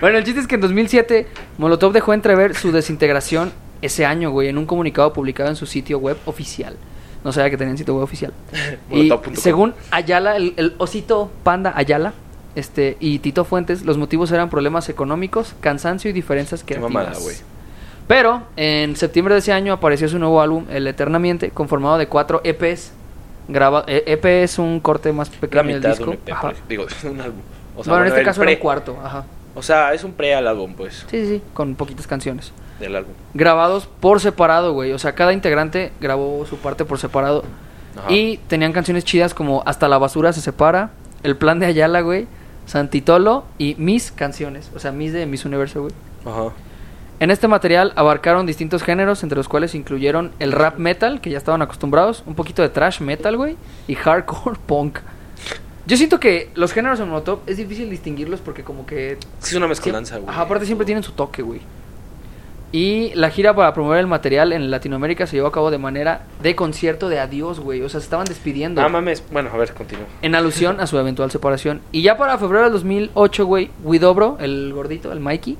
Speaker 2: Bueno, el chiste es que en 2007 Molotov dejó entrever su desintegración ese año, güey, en un comunicado publicado en su sitio web oficial. No sabía que tenían sitio web oficial. y
Speaker 1: Molotov punto com.
Speaker 2: según Ayala, el, el osito panda Ayala este, y Tito Fuentes, los motivos eran problemas económicos, cansancio y diferencias
Speaker 1: Qué
Speaker 2: creativas.
Speaker 1: mamada, güey.
Speaker 2: Pero en septiembre de ese año apareció su nuevo álbum, El Eternamente, conformado de cuatro EPs. Graba, eh, EP es un corte más
Speaker 1: La
Speaker 2: pequeño del
Speaker 1: mitad de
Speaker 2: disco.
Speaker 1: un E EP,
Speaker 2: Ajá.
Speaker 1: por ejemplo. digo, de un álbum. O sea,
Speaker 2: bueno, en este
Speaker 1: el
Speaker 2: caso era
Speaker 1: pre.
Speaker 2: un cuarto, ajá.
Speaker 1: O sea, es un pre al álbum, pues,
Speaker 2: Sí, sí, sí, con poquitas canciones.
Speaker 1: del álbum.
Speaker 2: Grabados por separado, güey. O sea, cada integrante grabó su parte por separado.
Speaker 1: Ajá.
Speaker 2: Y tenían canciones chidas como Hasta la basura se separa, El plan de Ayala, güey, Santitolo y mis canciones. O sea, mis de Mis Universo, güey.
Speaker 1: Ajá.
Speaker 2: En este material abarcaron distintos géneros, entre los cuales incluyeron el rap metal, que ya estaban acostumbrados, un poquito de trash metal, güey, y hardcore punk. Yo siento que los géneros en Molotov es difícil distinguirlos porque como que...
Speaker 1: Es una mezcolanza, güey.
Speaker 2: Ajá, aparte siempre tienen su toque, güey. Y la gira para promover el material en Latinoamérica se llevó a cabo de manera de concierto de adiós, güey. O sea, se estaban despidiendo
Speaker 1: Ah, mames. Bueno, a ver, continúa.
Speaker 2: en alusión a su eventual separación. Y ya para febrero del 2008, güey, Widobro, el gordito, el Mikey,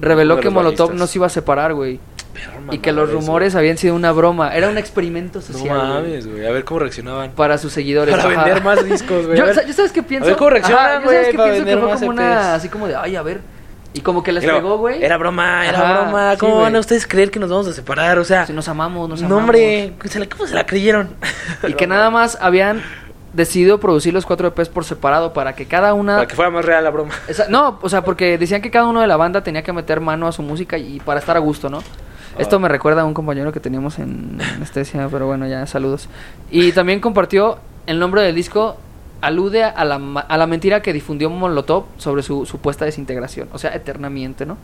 Speaker 2: reveló
Speaker 1: Uno de
Speaker 2: que
Speaker 1: los
Speaker 2: Molotov
Speaker 1: bajistas.
Speaker 2: no se iba a separar, güey.
Speaker 1: Perro,
Speaker 2: Y
Speaker 1: mamada,
Speaker 2: que los
Speaker 1: eso.
Speaker 2: rumores habían sido una broma. Era un experimento
Speaker 1: No
Speaker 2: social. güey,
Speaker 1: mames, güey. A ver cómo reaccionaban.
Speaker 2: Para sus seguidores.
Speaker 1: Para
Speaker 2: ajá.
Speaker 1: vender más discos, güey. A
Speaker 2: Yo,
Speaker 1: ver.
Speaker 2: sa- yo sabes qué pienso.
Speaker 1: ver cómo reaccionan,
Speaker 2: Ajá, yo
Speaker 1: güey,
Speaker 2: sabes qué
Speaker 1: para
Speaker 2: pienso que
Speaker 1: vender
Speaker 2: fue
Speaker 1: más
Speaker 2: como una.
Speaker 1: EPs.
Speaker 2: Así como de, ay, a ver. Y como que les
Speaker 1: Y luego,
Speaker 2: pegó, güey.
Speaker 1: Era broma, era
Speaker 2: Ajá,
Speaker 1: broma.
Speaker 2: sí,
Speaker 1: ¿Cómo
Speaker 2: güey.
Speaker 1: van a ustedes creer que nos vamos a separar? O sea,
Speaker 2: Si nos amamos, nos
Speaker 1: no,
Speaker 2: amamos.
Speaker 1: hombre. se la- ¿Cómo se la creyeron?
Speaker 2: Y que nada más habían decidido producir los cuatro EPs por separado para que cada una.
Speaker 1: Para que fuera más real la broma.
Speaker 2: Esa- no, o sea, porque decían que cada uno de la banda tenía que meter mano a su música y para estar a gusto, ¿no?
Speaker 1: Ah.
Speaker 2: Esto me recuerda a un compañero que teníamos en anestesia, pero bueno, ya, saludos. Y también compartió el nombre del disco, alude a la, ma- a la mentira que difundió Molotov sobre su supuesta desintegración, o sea, eternamente, ¿no?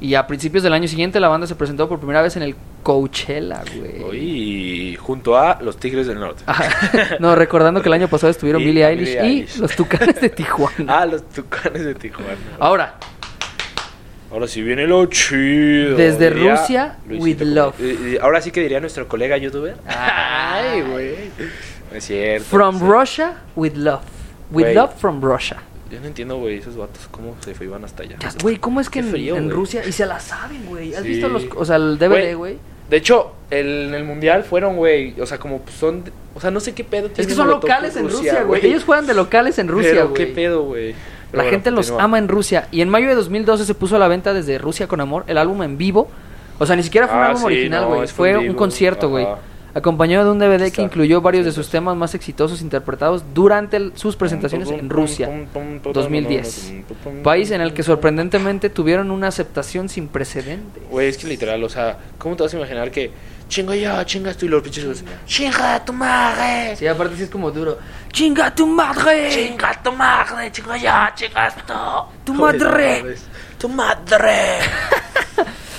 Speaker 2: Y a principios del año siguiente la banda se presentó por primera vez en el Coachella, güey.
Speaker 1: Y junto a los Tigres del Norte.
Speaker 2: Ajá. no, recordando que el año pasado estuvieron
Speaker 1: Y
Speaker 2: Billie Eilish
Speaker 1: Billie Eilish.
Speaker 2: y los Tucanes de Tijuana.
Speaker 1: Ah, los Tucanes de Tijuana.
Speaker 2: Ahora,
Speaker 1: Ahora sí viene lo chido.
Speaker 2: Desde Rusia, with
Speaker 1: Comunica.
Speaker 2: love.
Speaker 1: Eh, eh, Ahora sí que diría nuestro colega youtuber.
Speaker 2: Ay,
Speaker 1: güey. No es cierto.
Speaker 2: From
Speaker 1: no sé.
Speaker 2: Russia with love. With
Speaker 1: Güey.
Speaker 2: love from Russia.
Speaker 1: Yo no entiendo, güey, esos vatos cómo se fue, iban hasta allá.
Speaker 2: Ya, Güey, ¿cómo es que
Speaker 1: Qué
Speaker 2: en,
Speaker 1: frío,
Speaker 2: en
Speaker 1: güey.
Speaker 2: Rusia? Y se la saben, güey. ¿Has
Speaker 1: Sí.
Speaker 2: visto los. O sea, el DVD,
Speaker 1: Güey,
Speaker 2: güey.
Speaker 1: De hecho, el- en el mundial fueron, güey. O sea, como pues son. de- O sea, no sé qué pedo.
Speaker 2: Es que
Speaker 1: tienen
Speaker 2: son
Speaker 1: los
Speaker 2: locales en
Speaker 1: topos
Speaker 2: Rusia, güey. Ellos juegan de locales en Rusia,
Speaker 1: Pero,
Speaker 2: güey.
Speaker 1: ¿Qué pedo, güey?
Speaker 2: La gente los ama en Rusia. Y en mayo de 2012 se puso a la venta desde Rusia con Amor el álbum en vivo. O sea, ni siquiera fue un
Speaker 1: Ah,
Speaker 2: álbum
Speaker 1: sí,
Speaker 2: original,
Speaker 1: no,
Speaker 2: güey.
Speaker 1: es
Speaker 2: fue
Speaker 1: en
Speaker 2: un
Speaker 1: vivo,
Speaker 2: concierto, güey.
Speaker 1: ajá.
Speaker 2: Acompañado de un DVD que
Speaker 1: Está.
Speaker 2: incluso varios de
Speaker 1: Sí,
Speaker 2: sus
Speaker 1: sí.
Speaker 2: temas más exitosos interpretados durante el- sus presentaciones en Rusia, 2010. País en el que sorprendentemente tuvieron una aceptación sin precedentes.
Speaker 1: Güey, es que literal, o sea, ¿cómo te vas a imaginar que chingo yo, chingas tú y los pinches güeyes, chinga tu madre,
Speaker 2: Sí, aparte sí es como duro. ¡Chinga tu madre!
Speaker 1: chinga tu madre, chingo yo, chingas tú,
Speaker 2: Tu madre.
Speaker 1: tu madre.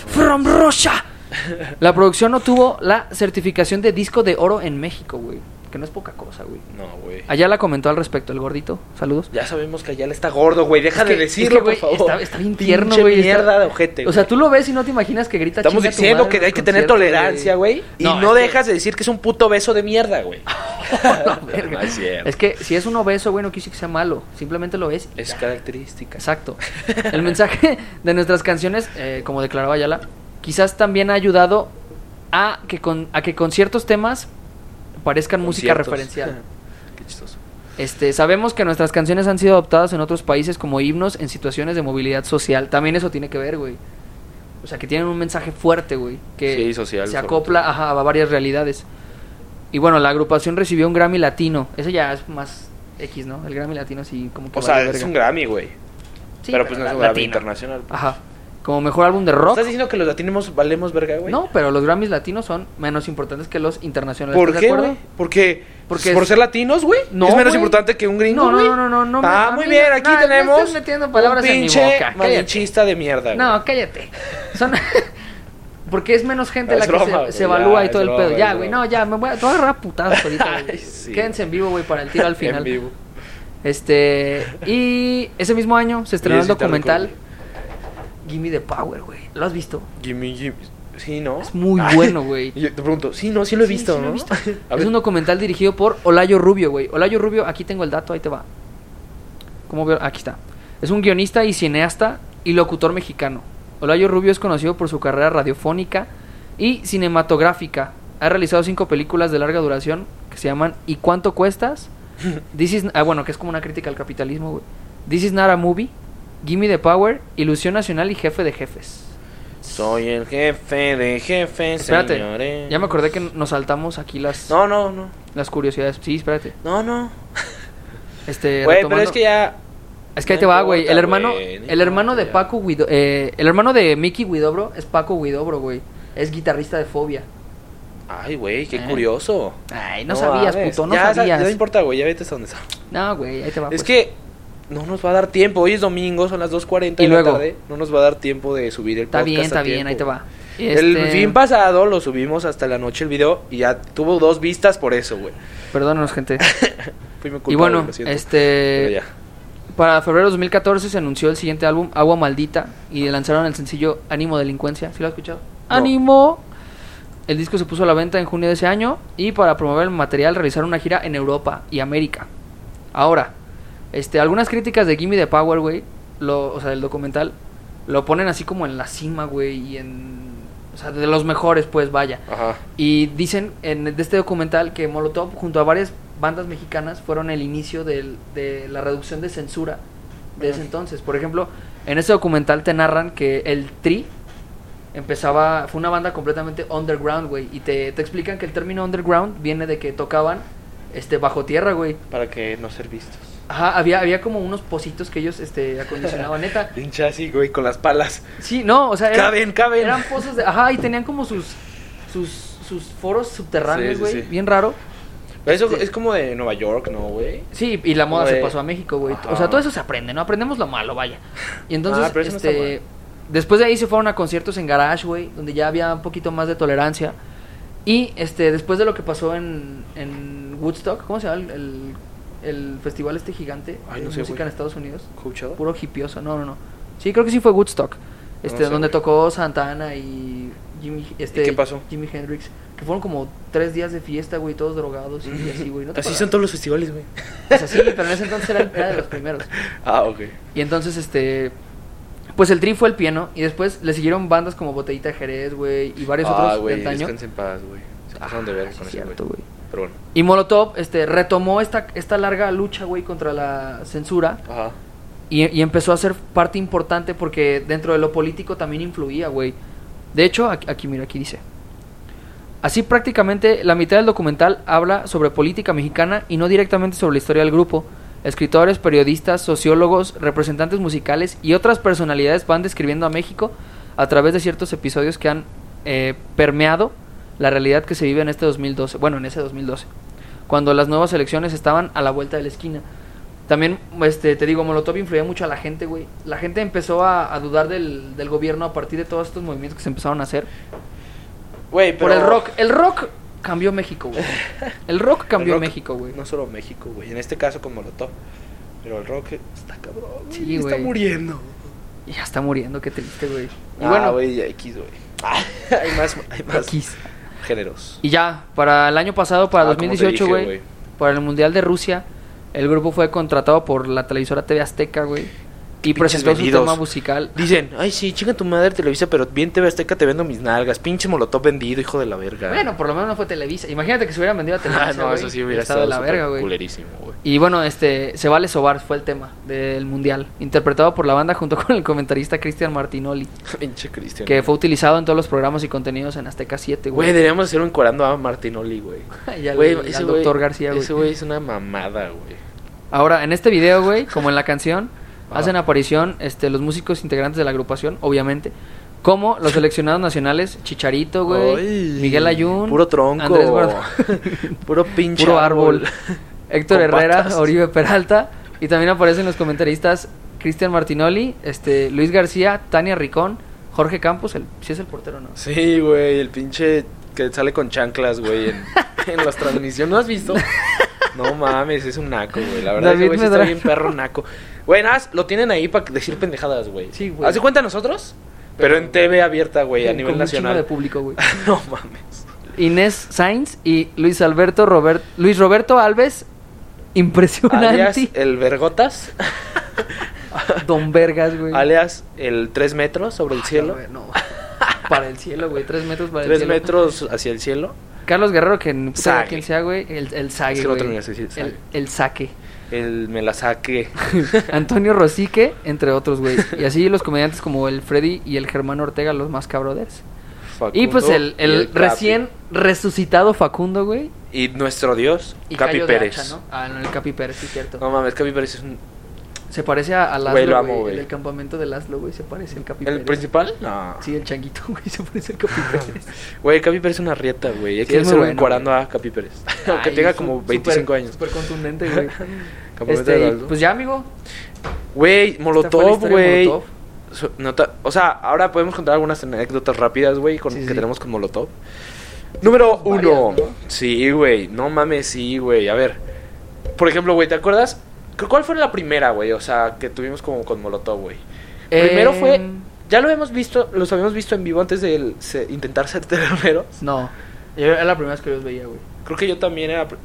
Speaker 2: From Russia. La producción no tuvo la certificación de disco de oro en México, güey. Que no es poca cosa, güey.
Speaker 1: No, güey.
Speaker 2: Allá la comentó al respecto el gordito. Saludos.
Speaker 1: Ya sabemos que Ayala está gordo, güey, deja
Speaker 2: Es que-
Speaker 1: de decirlo,
Speaker 2: es que,
Speaker 1: por
Speaker 2: güey,
Speaker 1: favor.
Speaker 2: Está, está bien tierno,
Speaker 1: Pinche
Speaker 2: güey. está-
Speaker 1: mierda de ojete.
Speaker 2: O sea,
Speaker 1: güey.
Speaker 2: tú lo ves y no te imaginas que grita
Speaker 1: Estamos
Speaker 2: "Chinga tu
Speaker 1: diciendo
Speaker 2: madre"
Speaker 1: que
Speaker 2: en
Speaker 1: hay
Speaker 2: los
Speaker 1: que tener
Speaker 2: conciertos,
Speaker 1: tolerancia, güey. Y
Speaker 2: No,
Speaker 1: no,
Speaker 2: es que-
Speaker 1: dejas de decir que es un puto beso de mierda, güey.
Speaker 2: No, verga.
Speaker 1: No es cierto.
Speaker 2: es que si es un obeso, güey, no quiere decir que sea malo. Simplemente lo es. y
Speaker 1: Es
Speaker 2: ya.
Speaker 1: característica.
Speaker 2: Exacto. El mensaje de nuestras canciones, eh, como declaraba Ayala, quizás también ha ayudado a que, con, a que con ciertos temas parezcan música
Speaker 1: Conciertos.
Speaker 2: referencial.
Speaker 1: Qué chistoso.
Speaker 2: Este, sabemos que nuestras canciones han sido adoptadas en otros países como himnos en situaciones de movilidad social. También eso tiene que ver, güey. O sea, que tienen un mensaje fuerte, güey. Que
Speaker 1: Sí, social,
Speaker 2: se
Speaker 1: sobre
Speaker 2: acopla
Speaker 1: todo.
Speaker 2: ajá, a varias realidades. Y bueno, la agrupación recibió un Grammy Latino. Ese ya es más X, ¿no? El Grammy Latino sí como que
Speaker 1: O sea,
Speaker 2: vale
Speaker 1: es
Speaker 2: verga.
Speaker 1: un Grammy, güey.
Speaker 2: Sí,
Speaker 1: pero pues no es
Speaker 2: la-
Speaker 1: un Grammy
Speaker 2: latino.
Speaker 1: internacional.
Speaker 2: Ajá. Como mejor álbum de rock.
Speaker 1: ¿Estás diciendo que los latinos valemos verga, güey?
Speaker 2: No, pero los Grammys latinos son menos importantes que los internacionales.
Speaker 1: ¿Por
Speaker 2: ¿estás de
Speaker 1: qué,
Speaker 2: acuerdo?
Speaker 1: güey? Porque,
Speaker 2: Porque
Speaker 1: por
Speaker 2: es-
Speaker 1: ser latinos, güey,
Speaker 2: No,
Speaker 1: es menos
Speaker 2: güey.
Speaker 1: importante que un gringo,
Speaker 2: No, no,
Speaker 1: güey.
Speaker 2: no, no, no,
Speaker 1: Ah,
Speaker 2: no,
Speaker 1: muy
Speaker 2: a mí
Speaker 1: bien,
Speaker 2: no,
Speaker 1: aquí
Speaker 2: no, no
Speaker 1: tenemos
Speaker 2: estés metiendo palabras
Speaker 1: un
Speaker 2: en mi
Speaker 1: pinche
Speaker 2: boca, cállate.
Speaker 1: malinchista de mierda,
Speaker 2: No,
Speaker 1: güey.
Speaker 2: cállate. Son... Porque es menos gente
Speaker 1: Es
Speaker 2: la que
Speaker 1: broma,
Speaker 2: se- se,
Speaker 1: güey, ya,
Speaker 2: evalúa y
Speaker 1: es
Speaker 2: todo el
Speaker 1: broma,
Speaker 2: pedo. Ya,
Speaker 1: es
Speaker 2: güey, no,
Speaker 1: broma.
Speaker 2: ya, me voy a, te voy a agarrar a putazos ahorita. güey.
Speaker 1: Ay, sí.
Speaker 2: Quédense en vivo, güey, para el tiro al final.
Speaker 1: En vivo.
Speaker 2: Este, y ese mismo año se estrenó
Speaker 1: Oye,
Speaker 2: el
Speaker 1: sí te
Speaker 2: documental
Speaker 1: recuerdo.
Speaker 2: Gimme the Power, güey. ¿Lo has visto?
Speaker 1: Jimmy, Jimmy. Sí, ¿no?
Speaker 2: Es muy
Speaker 1: Ay,
Speaker 2: bueno, güey.
Speaker 1: Yo te pregunto, sí, no, sí lo he
Speaker 2: Sí,
Speaker 1: visto,
Speaker 2: sí lo he
Speaker 1: ¿no?
Speaker 2: visto.
Speaker 1: A
Speaker 2: es
Speaker 1: ver,
Speaker 2: un documental dirigido por Olayo Rubio, güey. Olayo Rubio, aquí tengo el dato, ahí te va. ¿Cómo veo? Aquí está. Es un guionista y cineasta y locutor mexicano. Olayo Rubio es conocido por su carrera radiofónica y cinematográfica. Ha realizado cinco películas de larga duración que se llaman ¿Y cuánto cuestas? This is, ah, bueno, que es como una crítica al capitalismo, güey. This is not a movie. Gimme the Power, Ilusión Nacional y Jefe de Jefes.
Speaker 1: Soy el jefe de jefes,
Speaker 2: Espérate,
Speaker 1: señores.
Speaker 2: ya me acordé que nos saltamos aquí las,
Speaker 1: No, no, no.
Speaker 2: las curiosidades. Sí, espérate.
Speaker 1: No, no.
Speaker 2: Este,
Speaker 1: Güey, pero
Speaker 2: retomando-
Speaker 1: es que ya.
Speaker 2: Es que ahí
Speaker 1: no
Speaker 2: te va,
Speaker 1: importa,
Speaker 2: güey. El hermano,
Speaker 1: güey, no
Speaker 2: el hermano de
Speaker 1: importa, ya.
Speaker 2: Paco Guido, eh, el hermano de Mickey Guidobro es Paco Guidobro, güey. Es guitarrista de Fobia.
Speaker 1: Ay, güey, qué
Speaker 2: Eh.
Speaker 1: curioso.
Speaker 2: Ay, no, sabías,
Speaker 1: mames.
Speaker 2: puto, no
Speaker 1: ya, sa-
Speaker 2: sabías.
Speaker 1: Ya no importa, güey, ya vete hasta donde está.
Speaker 2: No, güey, ahí te va.
Speaker 1: Es
Speaker 2: pues.
Speaker 1: que no nos va a dar tiempo. Hoy es domingo, son las 2.40
Speaker 2: Y
Speaker 1: de
Speaker 2: luego.
Speaker 1: la tarde. No nos va a dar tiempo de subir el
Speaker 2: está
Speaker 1: podcast.
Speaker 2: bien,
Speaker 1: a
Speaker 2: está bien,
Speaker 1: tiempo.
Speaker 2: ahí te va.
Speaker 1: El
Speaker 2: Este,
Speaker 1: fin pasado lo subimos hasta la noche el video y ya tuvo dos vistas por eso, güey.
Speaker 2: Perdónanos, gente.
Speaker 1: Fui muy
Speaker 2: y
Speaker 1: culpable,
Speaker 2: bueno,
Speaker 1: lo siento. Pero
Speaker 2: este
Speaker 1: ya.
Speaker 2: para febrero de 2014 se anunció el siguiente álbum Agua Maldita y lanzaron el sencillo Ánimo Delincuencia. ¿Sí lo has escuchado?
Speaker 1: No.
Speaker 2: Ánimo. El disco se puso a la venta en junio de ese año y para promover el material realizaron una gira en Europa y América. Ahora, este, algunas críticas de Gimme the Power, güey, lo, o sea, del documental, lo ponen así como en la cima, güey, y en... O sea, de los mejores, pues, vaya.
Speaker 1: Ajá.
Speaker 2: Y dicen en de este documental que Molotov junto a varias bandas mexicanas fueron el inicio del- de la reducción de censura de ese entonces. Por ejemplo, en este documental te narran que el Tri empezaba, fue una banda completamente underground, güey, y te, te explican que el término underground viene de que tocaban este bajo tierra, güey.
Speaker 1: Para que no ser vistos.
Speaker 2: Ajá, había, había como unos pocitos que ellos este, acondicionaban, neta.
Speaker 1: Pinche así, güey, con las palas.
Speaker 2: Sí, no, o sea, era-
Speaker 1: Caben, caben.
Speaker 2: eran pozos de, ajá, y tenían como sus sus sus foros
Speaker 1: Sí,
Speaker 2: subterráneos,
Speaker 1: sí,
Speaker 2: güey,
Speaker 1: sí.
Speaker 2: bien raro.
Speaker 1: Pero eso
Speaker 2: Este-
Speaker 1: es como de Nueva York, ¿no, güey?
Speaker 2: Sí, y la moda se
Speaker 1: Güey.
Speaker 2: pasó a México, güey.
Speaker 1: Ajá.
Speaker 2: O sea, todo eso se aprende, ¿no? Aprendemos lo malo, vaya. Y entonces,
Speaker 1: Ah, pero eso no está
Speaker 2: este, Después de ahí se fueron a conciertos en Garage, güey, donde ya había un poquito más de tolerancia. Y este, después de lo que pasó en, en Woodstock, ¿cómo se llama? El, el, el festival este gigante
Speaker 1: Ay,
Speaker 2: de
Speaker 1: no sé,
Speaker 2: música
Speaker 1: güey.
Speaker 2: en Estados Unidos.
Speaker 1: ¿Coachella?
Speaker 2: Puro hipioso, no, no, no. Sí, creo que sí fue Woodstock. Este,
Speaker 1: No sé,
Speaker 2: donde
Speaker 1: güey.
Speaker 2: tocó Santana y Jimmy, este,
Speaker 1: qué pasó?
Speaker 2: Jimi Hendrix. Que fueron como tres días de fiesta, güey, todos drogados y así, güey. ¿no te
Speaker 1: Así
Speaker 2: acuerdas?
Speaker 1: son todos los festivales, güey.
Speaker 2: O sea, sí, pero en ese entonces era, el- era de los primeros.
Speaker 1: Ah, ok.
Speaker 2: Y entonces, este. Pues el tri fue el piano. Y después le siguieron bandas como Botellita Jerez, güey. Y varios
Speaker 1: ah,
Speaker 2: otros
Speaker 1: güey,
Speaker 2: de antaño. Ah,
Speaker 1: descansen en paz, güey. Se pasaron de verga
Speaker 2: sí,
Speaker 1: con ese
Speaker 2: cierto,
Speaker 1: güey.
Speaker 2: güey.
Speaker 1: Pero bueno.
Speaker 2: Y Molotov este, retomó esta, esta larga lucha, güey, contra la censura.
Speaker 1: Ajá.
Speaker 2: Y, y empezó a ser parte importante porque dentro de lo político también influía, güey. De hecho, aquí, aquí, mira, aquí dice. Así prácticamente la mitad del documental habla sobre política mexicana y no directamente sobre la historia del grupo. Escritores, periodistas, sociólogos, representantes musicales y otras personalidades van describiendo a México a través de ciertos episodios que han eh, permeado la realidad que se vive en este 2012, bueno, en ese 2012, cuando las nuevas elecciones estaban a la vuelta de la esquina. También, este, te digo, Molotov influía mucho a la gente, güey. La gente empezó a, a dudar del, del gobierno a partir de todos estos movimientos que se empezaron a hacer.
Speaker 1: Güey, pero...
Speaker 2: Por el rock. El rock cambió México, güey. El rock cambió
Speaker 1: El rock,
Speaker 2: México, güey.
Speaker 1: No solo México, güey. En este caso con Molotov. Pero el rock está cabrón, güey.
Speaker 2: Sí,
Speaker 1: está
Speaker 2: güey.
Speaker 1: muriendo.
Speaker 2: Y ya está muriendo, qué triste, güey. Y
Speaker 1: ah,
Speaker 2: bueno,
Speaker 1: güey, ya X, güey. Ah, hay más, hay más
Speaker 2: X.
Speaker 1: géneros.
Speaker 2: Y ya, para el año pasado, para
Speaker 1: Ah, como te
Speaker 2: 2018,
Speaker 1: dije,
Speaker 2: güey,
Speaker 1: güey.
Speaker 2: para el Mundial de Rusia, el grupo fue contratado por la televisora TV Azteca, güey. Y
Speaker 1: pinches
Speaker 2: presentó su
Speaker 1: vendidos.
Speaker 2: tema musical.
Speaker 1: Dicen, ay, sí, chinga tu madre Televisa, pero bien TV Azteca te vendo mis nalgas. Pinche Molotov vendido, hijo de la verga.
Speaker 2: Bueno, por lo menos no fue Televisa. Imagínate que se hubieran vendido a Televisa.
Speaker 1: Ah, no,
Speaker 2: güey.
Speaker 1: eso sí hubiera
Speaker 2: Estado
Speaker 1: estado
Speaker 2: de la verga,
Speaker 1: súper
Speaker 2: güey.
Speaker 1: culerísimo, güey.
Speaker 2: Y bueno, este, Se Vale Sobar fue el tema del mundial, interpretado por la banda junto con el comentarista Cristian Martinoli,
Speaker 1: Pinche Cristian.
Speaker 2: que fue utilizado en todos los programas y contenidos en Azteca 7,
Speaker 1: Güey,
Speaker 2: güey.
Speaker 1: deberíamos hacer un corando a Martinoli, güey.
Speaker 2: Y al-
Speaker 1: Güey,
Speaker 2: al
Speaker 1: ese
Speaker 2: doctor
Speaker 1: güey-
Speaker 2: García, güey.
Speaker 1: Ese güey es una mamada, güey.
Speaker 2: Ahora, en este video, güey, como en la canción,
Speaker 1: Ajá.
Speaker 2: hacen aparición este, los músicos integrantes de la agrupación, obviamente, como los seleccionados nacionales Chicharito, güey,
Speaker 1: Ay,
Speaker 2: Miguel Ayun,
Speaker 1: Puro tronco.
Speaker 2: Andrés Guarda-
Speaker 1: puro pinche.
Speaker 2: puro árbol, Héctor
Speaker 1: Con
Speaker 2: Herrera,
Speaker 1: patas.
Speaker 2: Oribe Peralta, y también aparecen los comentaristas Cristian Martinoli, este, Luis García, Tania Ricón, Jorge Campos, el, si es el portero, ¿no?
Speaker 1: Sí, güey, el pinche que sale con chanclas, güey, en, en las transmisiones. ¿No has visto? No mames, es un naco, güey. La verdad,
Speaker 2: David
Speaker 1: ese güey sí está
Speaker 2: Medrano.
Speaker 1: bien perro naco. Güey, nada, más, lo tienen ahí para decir pendejadas, güey.
Speaker 2: Sí, güey.
Speaker 1: ¿Haz de cuenta nosotros? Pero, en TV abierta, güey, a
Speaker 2: Con
Speaker 1: nivel
Speaker 2: un chingo
Speaker 1: nacional.
Speaker 2: de público, güey.
Speaker 1: no mames.
Speaker 2: Inés Sainz y Luis Alberto Robert, Luis Roberto
Speaker 1: Alias
Speaker 2: Alves,
Speaker 1: eh,
Speaker 2: impresionante,
Speaker 1: el Vergotas,
Speaker 2: Don Vergas, güey.
Speaker 1: alias el 3 metros sobre el cielo,
Speaker 2: No, para el cielo, güey. Tres metros para
Speaker 1: 3
Speaker 2: Ah, el cielo.
Speaker 1: metros hacia el cielo,
Speaker 2: Carlos Guerrero, que ni puta idea
Speaker 1: Sague.
Speaker 2: quién sea, güey. El, el sague,
Speaker 1: Es que lo
Speaker 2: güey.
Speaker 1: terminas de decir, sague.
Speaker 2: el, el saque.
Speaker 1: el me la saque.
Speaker 2: Antonio Rosique, entre otros, güey. Y así los comediantes como el Freddy y el Germán Ortega, los más cabrones. Y pues el, el recién resucitado Facundo, güey.
Speaker 1: Y nuestro dios,
Speaker 2: Y
Speaker 1: Capi
Speaker 2: Cayo de
Speaker 1: Pérez.
Speaker 2: Hacha, ¿no? Ah, no, el Capi Pérez, sí, cierto.
Speaker 1: No mames, Capi Pérez es un...
Speaker 2: Se parece a, a Laszlo,
Speaker 1: Güey, lo amo,
Speaker 2: güey.
Speaker 1: güey.
Speaker 2: El del campamento de Laszlo, güey. Se parece al Capi
Speaker 1: ¿El
Speaker 2: Pérez.
Speaker 1: principal? No.
Speaker 2: Sí, el changuito, güey. Se parece al Capi Pérez.
Speaker 1: Güey, Capi Pérez es una rieta, güey. Hay
Speaker 2: Sí,
Speaker 1: que
Speaker 2: es muy
Speaker 1: hacer un
Speaker 2: bueno,
Speaker 1: cuarando a Capi Pérez. Aunque
Speaker 2: Ay,
Speaker 1: tenga
Speaker 2: es un
Speaker 1: como
Speaker 2: súper-
Speaker 1: 25 años.
Speaker 2: Súper contundente, güey.
Speaker 1: Campamento de
Speaker 2: Este, y
Speaker 1: Laldo.
Speaker 2: pues ya, amigo.
Speaker 1: Güey,
Speaker 2: la
Speaker 1: Molotov,
Speaker 2: historia de
Speaker 1: güey.
Speaker 2: Molotov.
Speaker 1: So- nota- o sea, ahora podemos contar algunas anécdotas rápidas, güey, con-
Speaker 2: Sí,
Speaker 1: que
Speaker 2: sí.
Speaker 1: tenemos con Molotov. Número
Speaker 2: Varias,
Speaker 1: uno.
Speaker 2: ¿no?
Speaker 1: Sí, güey. No mames, sí, güey. A ver. Por ejemplo, güey, ¿te acuerdas? Cu- ¿Cuál fue la primera, güey? O sea, que tuvimos como con Molotov, güey. Primero
Speaker 2: Eh,
Speaker 1: fue. Ya lo hemos visto, los habíamos visto en vivo antes de el- se- intentar ser terreros.
Speaker 2: No. Yo- Era la primera vez que yo los veía, güey.
Speaker 1: Creo que yo también era. pr-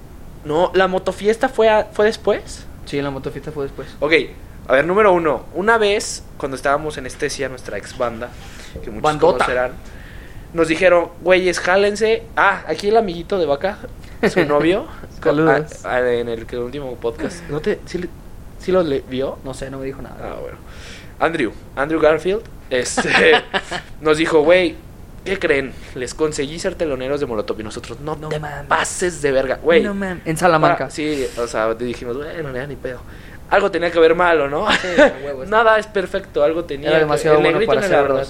Speaker 1: No, la motofiesta fue, a- fue después.
Speaker 2: Sí, la motofiesta fue después.
Speaker 1: Ok, a ver, número uno. Una vez, cuando estábamos en Estesia, nuestra ex banda, que muchos
Speaker 2: Bandota.
Speaker 1: conocerán, nos dijeron, güeyes, jálense. Ah, aquí el amiguito de vaca, su novio. con-
Speaker 2: Saludos.
Speaker 1: a- a- en el, que- último podcast. ¿No te, sí, le- sí lo le- vio?
Speaker 2: No sé, no me dijo nada.
Speaker 1: Ah, bueno. Andrew, Andrew Garfield, este, nos dijo, güey, ¿qué creen? Les conseguí ser teloneros de Molotov y nosotros, no,
Speaker 2: No
Speaker 1: te
Speaker 2: mames.
Speaker 1: pases de verga, güey.
Speaker 2: No, man. En Salamanca.
Speaker 1: Ah, sí, o sea, te dijimos, bueno, nada, ni pedo. Algo tenía que ver malo, ¿no?
Speaker 2: a huevo, está.
Speaker 1: nada es perfecto, algo tenía.
Speaker 2: Era
Speaker 1: que-
Speaker 2: demasiado
Speaker 1: el
Speaker 2: bueno
Speaker 1: negrito
Speaker 2: para
Speaker 1: no
Speaker 2: ser
Speaker 1: era
Speaker 2: verdad.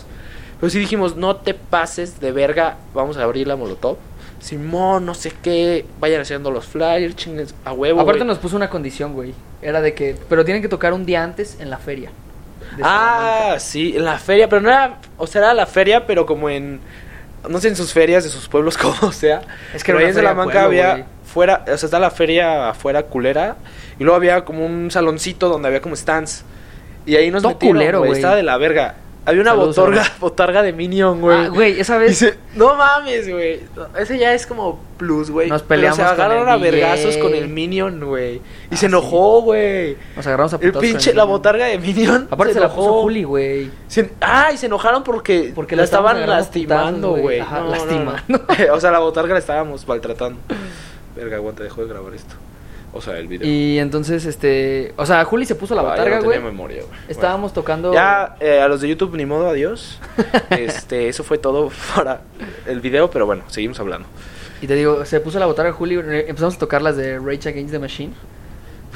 Speaker 1: Pero sí dijimos, no te pases de verga, vamos a abrir la Molotov. Simón, no sé qué, vayan haciendo los flyers, chingues, a huevo.
Speaker 2: Aparte
Speaker 1: güey.
Speaker 2: nos puso una condición, güey. Era de que... Pero tienen que tocar un día antes en la feria.
Speaker 1: Ah, sí, la feria, pero no era, o sea, era la feria, pero como en, no sé, en sus ferias, de sus pueblos, como sea.
Speaker 2: Es
Speaker 1: Es
Speaker 2: que
Speaker 1: que pero ahí
Speaker 2: era una
Speaker 1: en
Speaker 2: feria de
Speaker 1: Salamanca
Speaker 2: pueblo,
Speaker 1: había
Speaker 2: güey.
Speaker 1: fuera, o sea, está la feria afuera culera, y luego había como un saloncito donde había como stands, y ahí nos
Speaker 2: Todo
Speaker 1: metieron,
Speaker 2: culero,
Speaker 1: güey,
Speaker 2: güey.
Speaker 1: estaba de la verga. Había una
Speaker 2: Saludos,
Speaker 1: botorga, botarga de Minion, güey.
Speaker 2: Ah, güey, esa vez
Speaker 1: Dice, no mames, güey. Ese ya es como plus, güey.
Speaker 2: Nos
Speaker 1: Pero
Speaker 2: peleamos con
Speaker 1: se agarraron
Speaker 2: el
Speaker 1: a
Speaker 2: DJ.
Speaker 1: vergazos con el Minion, güey. Y
Speaker 2: Ah,
Speaker 1: se enojó, güey.
Speaker 2: nos agarramos a
Speaker 1: El
Speaker 2: putazos con
Speaker 1: pinche, la
Speaker 2: niño.
Speaker 1: botarga de Minion.
Speaker 2: Aparte se, la
Speaker 1: enojó.
Speaker 2: puso Juli, güey.
Speaker 1: Se- ah, y se enojaron porque,
Speaker 2: Porque
Speaker 1: la
Speaker 2: la estábamos
Speaker 1: estaban
Speaker 2: agarrando putazos,
Speaker 1: lastimando,
Speaker 2: güey.
Speaker 1: güey.
Speaker 2: Ajá, lastimando.
Speaker 1: o sea, la botarga la estábamos maltratando. Verga, aguanta, dejo de grabar esto. O sea, el video.
Speaker 2: Y entonces, este. O sea, Juli se puso la
Speaker 1: Ah, ya
Speaker 2: botarga,
Speaker 1: no
Speaker 2: güey.
Speaker 1: tenía memoria, güey.
Speaker 2: Estábamos tocando.
Speaker 1: Bueno. Ya eh, a los de YouTube ni modo, adiós. este, eso fue todo para el video, pero bueno, seguimos hablando.
Speaker 2: Y te digo, se puso la botarga Juli. re- Empezamos a tocar las de Rage Against the Machine.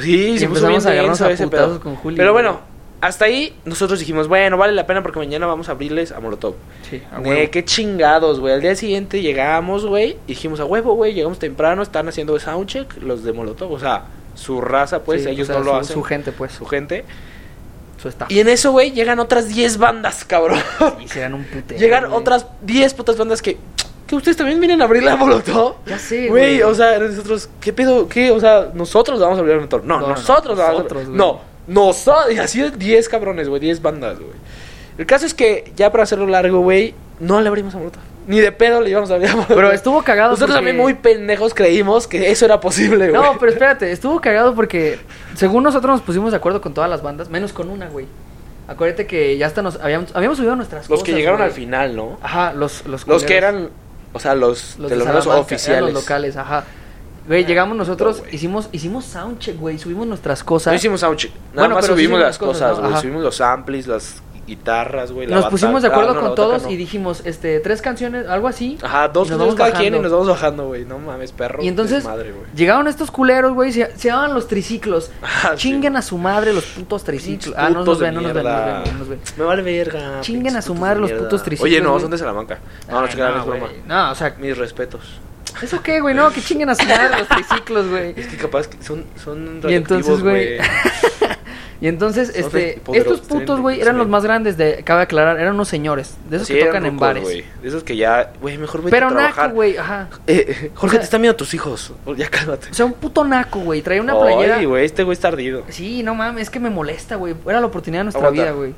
Speaker 1: Sí,
Speaker 2: Y
Speaker 1: se puso
Speaker 2: empezamos
Speaker 1: bien
Speaker 2: a agarrarnos
Speaker 1: denso
Speaker 2: a
Speaker 1: ese
Speaker 2: putazos
Speaker 1: pedo.
Speaker 2: con Juli,
Speaker 1: Pero
Speaker 2: güey.
Speaker 1: bueno, hasta ahí nosotros dijimos, bueno, vale la pena porque mañana vamos a abrirles a Molotov.
Speaker 2: Sí, a
Speaker 1: De
Speaker 2: huevo.
Speaker 1: qué chingados, güey. Al día siguiente llegamos, güey, y dijimos a huevo, güey, llegamos temprano, están haciendo soundcheck los de Molotov, o sea, su raza, pues,
Speaker 2: Sí,
Speaker 1: ellos
Speaker 2: o sea,
Speaker 1: no lo
Speaker 2: su-
Speaker 1: hacen.
Speaker 2: Su Ah. gente, pues.
Speaker 1: su
Speaker 2: Su,
Speaker 1: gente.
Speaker 2: su staff.
Speaker 1: Y en eso, güey, llegan otras 10 bandas, cabrón.
Speaker 2: Y se dan un putero.
Speaker 1: Llegan
Speaker 2: güey.
Speaker 1: otras 10 putas bandas que. Que ustedes también vienen a abrir la Molotov.
Speaker 2: Ya sé, güey.
Speaker 1: Güey, o sea, nosotros. ¿Qué pedo? ¿Qué? O sea, nosotros vamos a abrir la Molotov. No,
Speaker 2: No, no,
Speaker 1: nosotros
Speaker 2: no,
Speaker 1: la vamos
Speaker 2: nosotros,
Speaker 1: a
Speaker 2: güey.
Speaker 1: No, nosotros. Y así de 10 cabrones, güey. 10 bandas, güey. El caso es que, ya para hacerlo largo, güey, no le abrimos a Molotov. Ni de pedo le íbamos a abrir a Molotov.
Speaker 2: Pero estuvo cagado.
Speaker 1: Nosotros
Speaker 2: porque-
Speaker 1: también muy pendejos creímos que eso era posible, güey.
Speaker 2: No, pero espérate, estuvo cagado porque según nosotros nos pusimos de acuerdo con todas las bandas, menos con una, güey. Acuérdate que ya hasta nos habíamos, habíamos subido nuestras
Speaker 1: Los
Speaker 2: cosas.
Speaker 1: que llegaron
Speaker 2: güey.
Speaker 1: al final, ¿no?
Speaker 2: Ajá, los los
Speaker 1: Los que
Speaker 2: culeros.
Speaker 1: eran. O sea, los,
Speaker 2: los
Speaker 1: de
Speaker 2: de
Speaker 1: los
Speaker 2: Salamanca,
Speaker 1: oficiales.
Speaker 2: eran los locales, ajá. Güey, llegamos nosotros,
Speaker 1: güey.
Speaker 2: hicimos hicimos soundcheck, güey, subimos nuestras cosas.
Speaker 1: No hicimos soundcheck. Nada
Speaker 2: Bueno,
Speaker 1: más
Speaker 2: pero sí
Speaker 1: subimos
Speaker 2: hicimos
Speaker 1: las
Speaker 2: cosas,
Speaker 1: cosas,
Speaker 2: ¿no?
Speaker 1: güey.
Speaker 2: Ajá.
Speaker 1: Subimos los amplis, las guitarras, güey. la
Speaker 2: nos
Speaker 1: bataca-
Speaker 2: pusimos de
Speaker 1: ah,
Speaker 2: acuerdo
Speaker 1: no, la
Speaker 2: con
Speaker 1: bataca
Speaker 2: todos
Speaker 1: no. Ah,
Speaker 2: y dijimos este tres canciones, algo así.
Speaker 1: Ajá, dos
Speaker 2: y nos
Speaker 1: canciones
Speaker 2: vamos
Speaker 1: cada
Speaker 2: bajando.
Speaker 1: quien y nos vamos bajando, güey. No mames, perro.
Speaker 2: Y entonces
Speaker 1: Madre, güey.
Speaker 2: llegaron estos culeros, güey, se, se llamaban los triciclos.
Speaker 1: Ah, sí.
Speaker 2: Chinguen a su madre los putos triciclos. Ah, no nos
Speaker 1: Putos de
Speaker 2: ven, no nos ven, no nos
Speaker 1: mierda.
Speaker 2: ven, no nos ven.
Speaker 1: Me vale verga.
Speaker 2: Chinguen
Speaker 1: pinches
Speaker 2: a su
Speaker 1: putos
Speaker 2: madre
Speaker 1: de
Speaker 2: los
Speaker 1: mierda.
Speaker 2: putos triciclos,
Speaker 1: Oye, no,
Speaker 2: güey.
Speaker 1: son de Salamanca. No, no,
Speaker 2: Ay,
Speaker 1: chingada, es
Speaker 2: güey.
Speaker 1: broma.
Speaker 2: Ah, No, o sea,
Speaker 1: Mis respetos.
Speaker 2: ¿eso qué, güey? No, que chinguen a su madre los triciclos, güey.
Speaker 1: Es que capaz que son, son
Speaker 2: Y entonces,
Speaker 1: radioactivos,
Speaker 2: güey, Y entonces,
Speaker 1: Son
Speaker 2: este,
Speaker 1: poderosos,
Speaker 2: estos putos,
Speaker 1: tienen-
Speaker 2: güey, eran
Speaker 1: sí.
Speaker 2: los más grandes de, cabe aclarar, eran unos señores, de esos
Speaker 1: Sí,
Speaker 2: que
Speaker 1: eran
Speaker 2: tocan en
Speaker 1: rucos,
Speaker 2: bares.
Speaker 1: güey. De esos que ya, güey, mejor vete a
Speaker 2: Pero
Speaker 1: trabajar.
Speaker 2: naco, güey, ajá.
Speaker 1: Eh, eh,
Speaker 2: O
Speaker 1: Jorge,
Speaker 2: sea-
Speaker 1: te están viendo tus hijos. Oh, Ya cálmate.
Speaker 2: O sea, un puto naco, güey, traía una
Speaker 1: Ay,
Speaker 2: playera.
Speaker 1: güey, este güey está ardido.
Speaker 2: Sí, no mames, es que me molesta, güey. Era la oportunidad de nuestra
Speaker 1: Aguanta.
Speaker 2: vida, güey.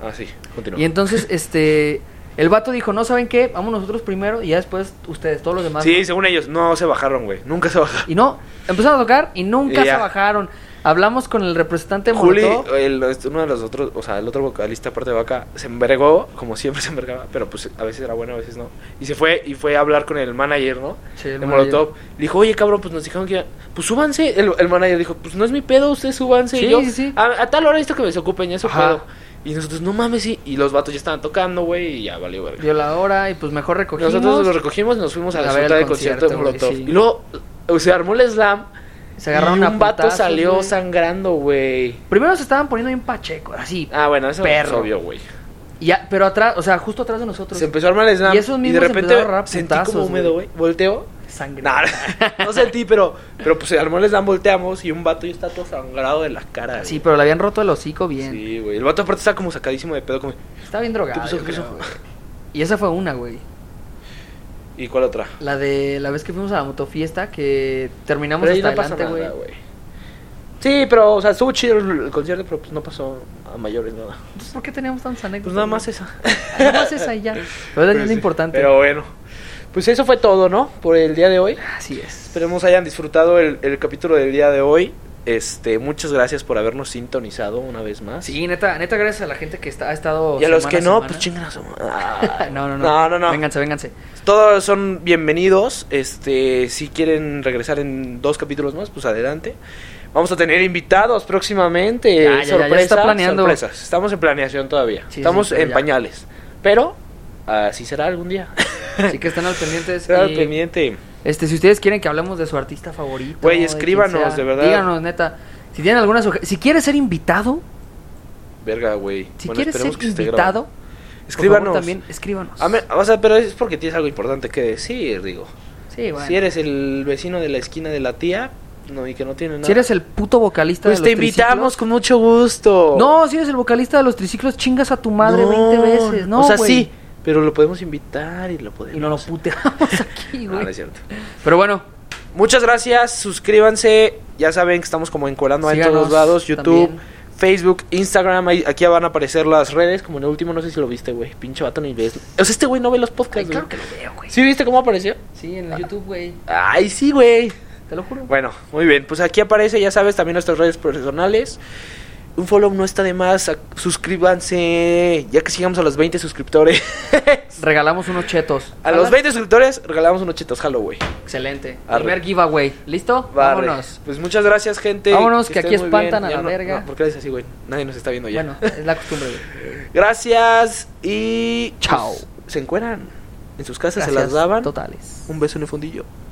Speaker 1: Ah, sí, continúa.
Speaker 2: Y entonces, este, el vato dijo, no, ¿saben qué? Vamos nosotros primero y ya después ustedes, todos los demás.
Speaker 1: Sí,
Speaker 2: ¿no?".
Speaker 1: según ellos, no se bajaron, güey. Nunca se bajaron.
Speaker 2: Y no, empezaron a tocar y nunca
Speaker 1: Y ya.
Speaker 2: se bajaron. Hablamos con el representante de
Speaker 1: Juli, eh,
Speaker 2: Molotov.
Speaker 1: el- uno de los otros, o sea, el otro vocalista, aparte de Vaca, se envergó, como siempre se envergaba, pero pues a veces era bueno, a veces no. Y se fue y fue a hablar con el manager, ¿no?
Speaker 2: Sí, el
Speaker 1: de
Speaker 2: manager.
Speaker 1: Molotov. Le dijo, oye, cabrón, pues nos dijeron que ya- Pues súbanse. El, el manager dijo, pues no es mi pedo, ustedes súbanse.
Speaker 2: Sí,
Speaker 1: y yo,
Speaker 2: sí, sí.
Speaker 1: A, a tal hora esto que me desocupen, ya es su
Speaker 2: Ajá.
Speaker 1: pedo. Y nosotros, no mames, sí. Y los vatos ya estaban tocando, güey, y ya valió, verga.
Speaker 2: Dio la hora y pues mejor recogimos.
Speaker 1: Nosotros los recogimos y nos fuimos a la
Speaker 2: A ver el
Speaker 1: suelta del concierto, de
Speaker 2: concierto,
Speaker 1: Molotov.
Speaker 2: güey, sí.
Speaker 1: Y luego o, se armó el slam.
Speaker 2: se agarraron
Speaker 1: y
Speaker 2: a
Speaker 1: un vato
Speaker 2: putazos,
Speaker 1: salió
Speaker 2: güey.
Speaker 1: sangrando, güey.
Speaker 2: Primero se estaban poniendo bien pacheco, así.
Speaker 1: Ah, bueno, eso
Speaker 2: Perro.
Speaker 1: es obvio, güey.
Speaker 2: Y ya, pero atrás, o sea, justo atrás de nosotros.
Speaker 1: Se empezó a armar el slam.
Speaker 2: Y esos mismos
Speaker 1: de repente
Speaker 2: empezaron a agarrar
Speaker 1: sentí
Speaker 2: putazos,
Speaker 1: como húmedo,
Speaker 2: güey.
Speaker 1: güey. Volteo.
Speaker 2: Sangre.
Speaker 1: Nah, no sentí, pero, pero pues se armó el slam, volteamos y un vato ya está todo sangrado de la cara.
Speaker 2: Sí,
Speaker 1: güey.
Speaker 2: pero le habían roto el hocico bien.
Speaker 1: Sí, güey. El vato aparte está como sacadísimo de pedo. Como...
Speaker 2: Estaba bien drogado.
Speaker 1: ¿Qué pasó?
Speaker 2: yo
Speaker 1: ¿Qué
Speaker 2: creo,
Speaker 1: pasó?
Speaker 2: güey. Y esa fue una, güey.
Speaker 1: ¿Y cuál otra?
Speaker 2: La de la vez que fuimos a la motofiesta que terminamos
Speaker 1: Pero ahí
Speaker 2: hasta
Speaker 1: no pasó
Speaker 2: adelante,
Speaker 1: nada,
Speaker 2: güey.
Speaker 1: güey. Sí, pero, o sea, estuvo chido el el concierto, pero pues no pasó a mayores nada.
Speaker 2: Entonces, ¿por qué teníamos tantas anécdotas?
Speaker 1: Pues nada
Speaker 2: güey?
Speaker 1: más esa.
Speaker 2: Ah, Nada más esa y ya. Pero es
Speaker 1: Pero sí,
Speaker 2: importante.
Speaker 1: Pero bueno. Pues eso fue todo, ¿no? Por el día de hoy.
Speaker 2: Así es.
Speaker 1: Esperemos hayan disfrutado el, el capítulo del día de hoy. Este, muchas gracias por habernos sintonizado una vez más.
Speaker 2: Sí, neta, neta, gracias a la gente que está, ha estado.
Speaker 1: Y a los
Speaker 2: semana
Speaker 1: que no,
Speaker 2: semana.
Speaker 1: pues chingan a su madre. Ah,
Speaker 2: no, no, no.
Speaker 1: No, no, no.
Speaker 2: Vénganse, vénganse.
Speaker 1: Todos son bienvenidos. Este, si quieren regresar en dos capítulos más, pues adelante. Vamos a tener invitados próximamente.
Speaker 2: Ya, ya, ya, ya se
Speaker 1: sorpresas,
Speaker 2: está planeando.
Speaker 1: sorpresas. Estamos en planeación todavía.
Speaker 2: Sí,
Speaker 1: Estamos
Speaker 2: sí, pero
Speaker 1: en
Speaker 2: ya.
Speaker 1: pañales. Pero así será algún día.
Speaker 2: Así que están al pendientes.
Speaker 1: será al
Speaker 2: y-
Speaker 1: pendiente.
Speaker 2: Este, si ustedes quieren que hablemos de su artista favorito.
Speaker 1: Güey,
Speaker 2: de
Speaker 1: escríbanos,
Speaker 2: quien sea,
Speaker 1: de verdad.
Speaker 2: Díganos, neta. Si tienen alguna sugerencia. Si quieres ser invitado,
Speaker 1: Verga, güey.
Speaker 2: si
Speaker 1: Bueno,
Speaker 2: quieres ser
Speaker 1: esperemos que esté
Speaker 2: invitado,
Speaker 1: grabando.
Speaker 2: por
Speaker 1: Escríbanos.
Speaker 2: favor, también escríbanos.
Speaker 1: A ver, o sea, pero es porque tienes algo importante que decir, digo.
Speaker 2: Sí, bueno.
Speaker 1: Si eres el vecino de la esquina de la tía, No, y que no tiene nada.
Speaker 2: Si eres el puto vocalista
Speaker 1: pues
Speaker 2: de
Speaker 1: te
Speaker 2: los
Speaker 1: invitamos
Speaker 2: Triciclos-
Speaker 1: con mucho gusto.
Speaker 2: No, si eres el vocalista de los triciclos, chingas a tu madre
Speaker 1: No,
Speaker 2: 20 veces. No,
Speaker 1: O sea,
Speaker 2: güey.
Speaker 1: sí, pero lo podemos invitar y lo podemos.
Speaker 2: Y no lo puteamos aquí,
Speaker 1: No,
Speaker 2: güey.
Speaker 1: no es cierto.
Speaker 2: Pero bueno,
Speaker 1: Muchas gracias, suscríbanse. Ya saben que estamos como encuerando en
Speaker 2: Síganos
Speaker 1: todos lados: YouTube,
Speaker 2: también.
Speaker 1: Facebook, Instagram. ahí- aquí van a aparecer las redes. Como en el último, no sé si lo viste, güey. Pinche vato ni ves. O sea, este güey no ve los podcasts,
Speaker 2: ay,
Speaker 1: güey.
Speaker 2: claro que lo veo, güey.
Speaker 1: ¿Sí viste cómo apareció?
Speaker 2: Sí, en el YouTube, güey.
Speaker 1: Ay, sí, güey.
Speaker 2: Te lo juro.
Speaker 1: Bueno, muy bien. Pues aquí aparece, ya sabes, también nuestras redes personales. Un follow no está de más. ac- Suscríbanse. Ya que sigamos a los 20 suscriptores.
Speaker 2: Regalamos unos chetos.
Speaker 1: a los 20 suscriptores regalamos unos chetos Halloween.
Speaker 2: Excelente.
Speaker 1: Arre.
Speaker 2: Primer giveaway. ¿Listo?
Speaker 1: Barre.
Speaker 2: Vámonos.
Speaker 1: Pues muchas gracias, gente.
Speaker 2: Vámonos, que
Speaker 1: estén
Speaker 2: aquí
Speaker 1: muy bien.
Speaker 2: espantan a
Speaker 1: Ya
Speaker 2: la
Speaker 1: no-
Speaker 2: verga.
Speaker 1: no, ¿Por qué le dices así, güey? Nadie nos está viendo ya.
Speaker 2: Bueno, es la costumbre, güey.
Speaker 1: Gracias y.
Speaker 2: Chao.
Speaker 1: pues, se encueran. En sus casas se
Speaker 2: Gracias
Speaker 1: las daban.
Speaker 2: Totales.
Speaker 1: Un beso en el fundillo.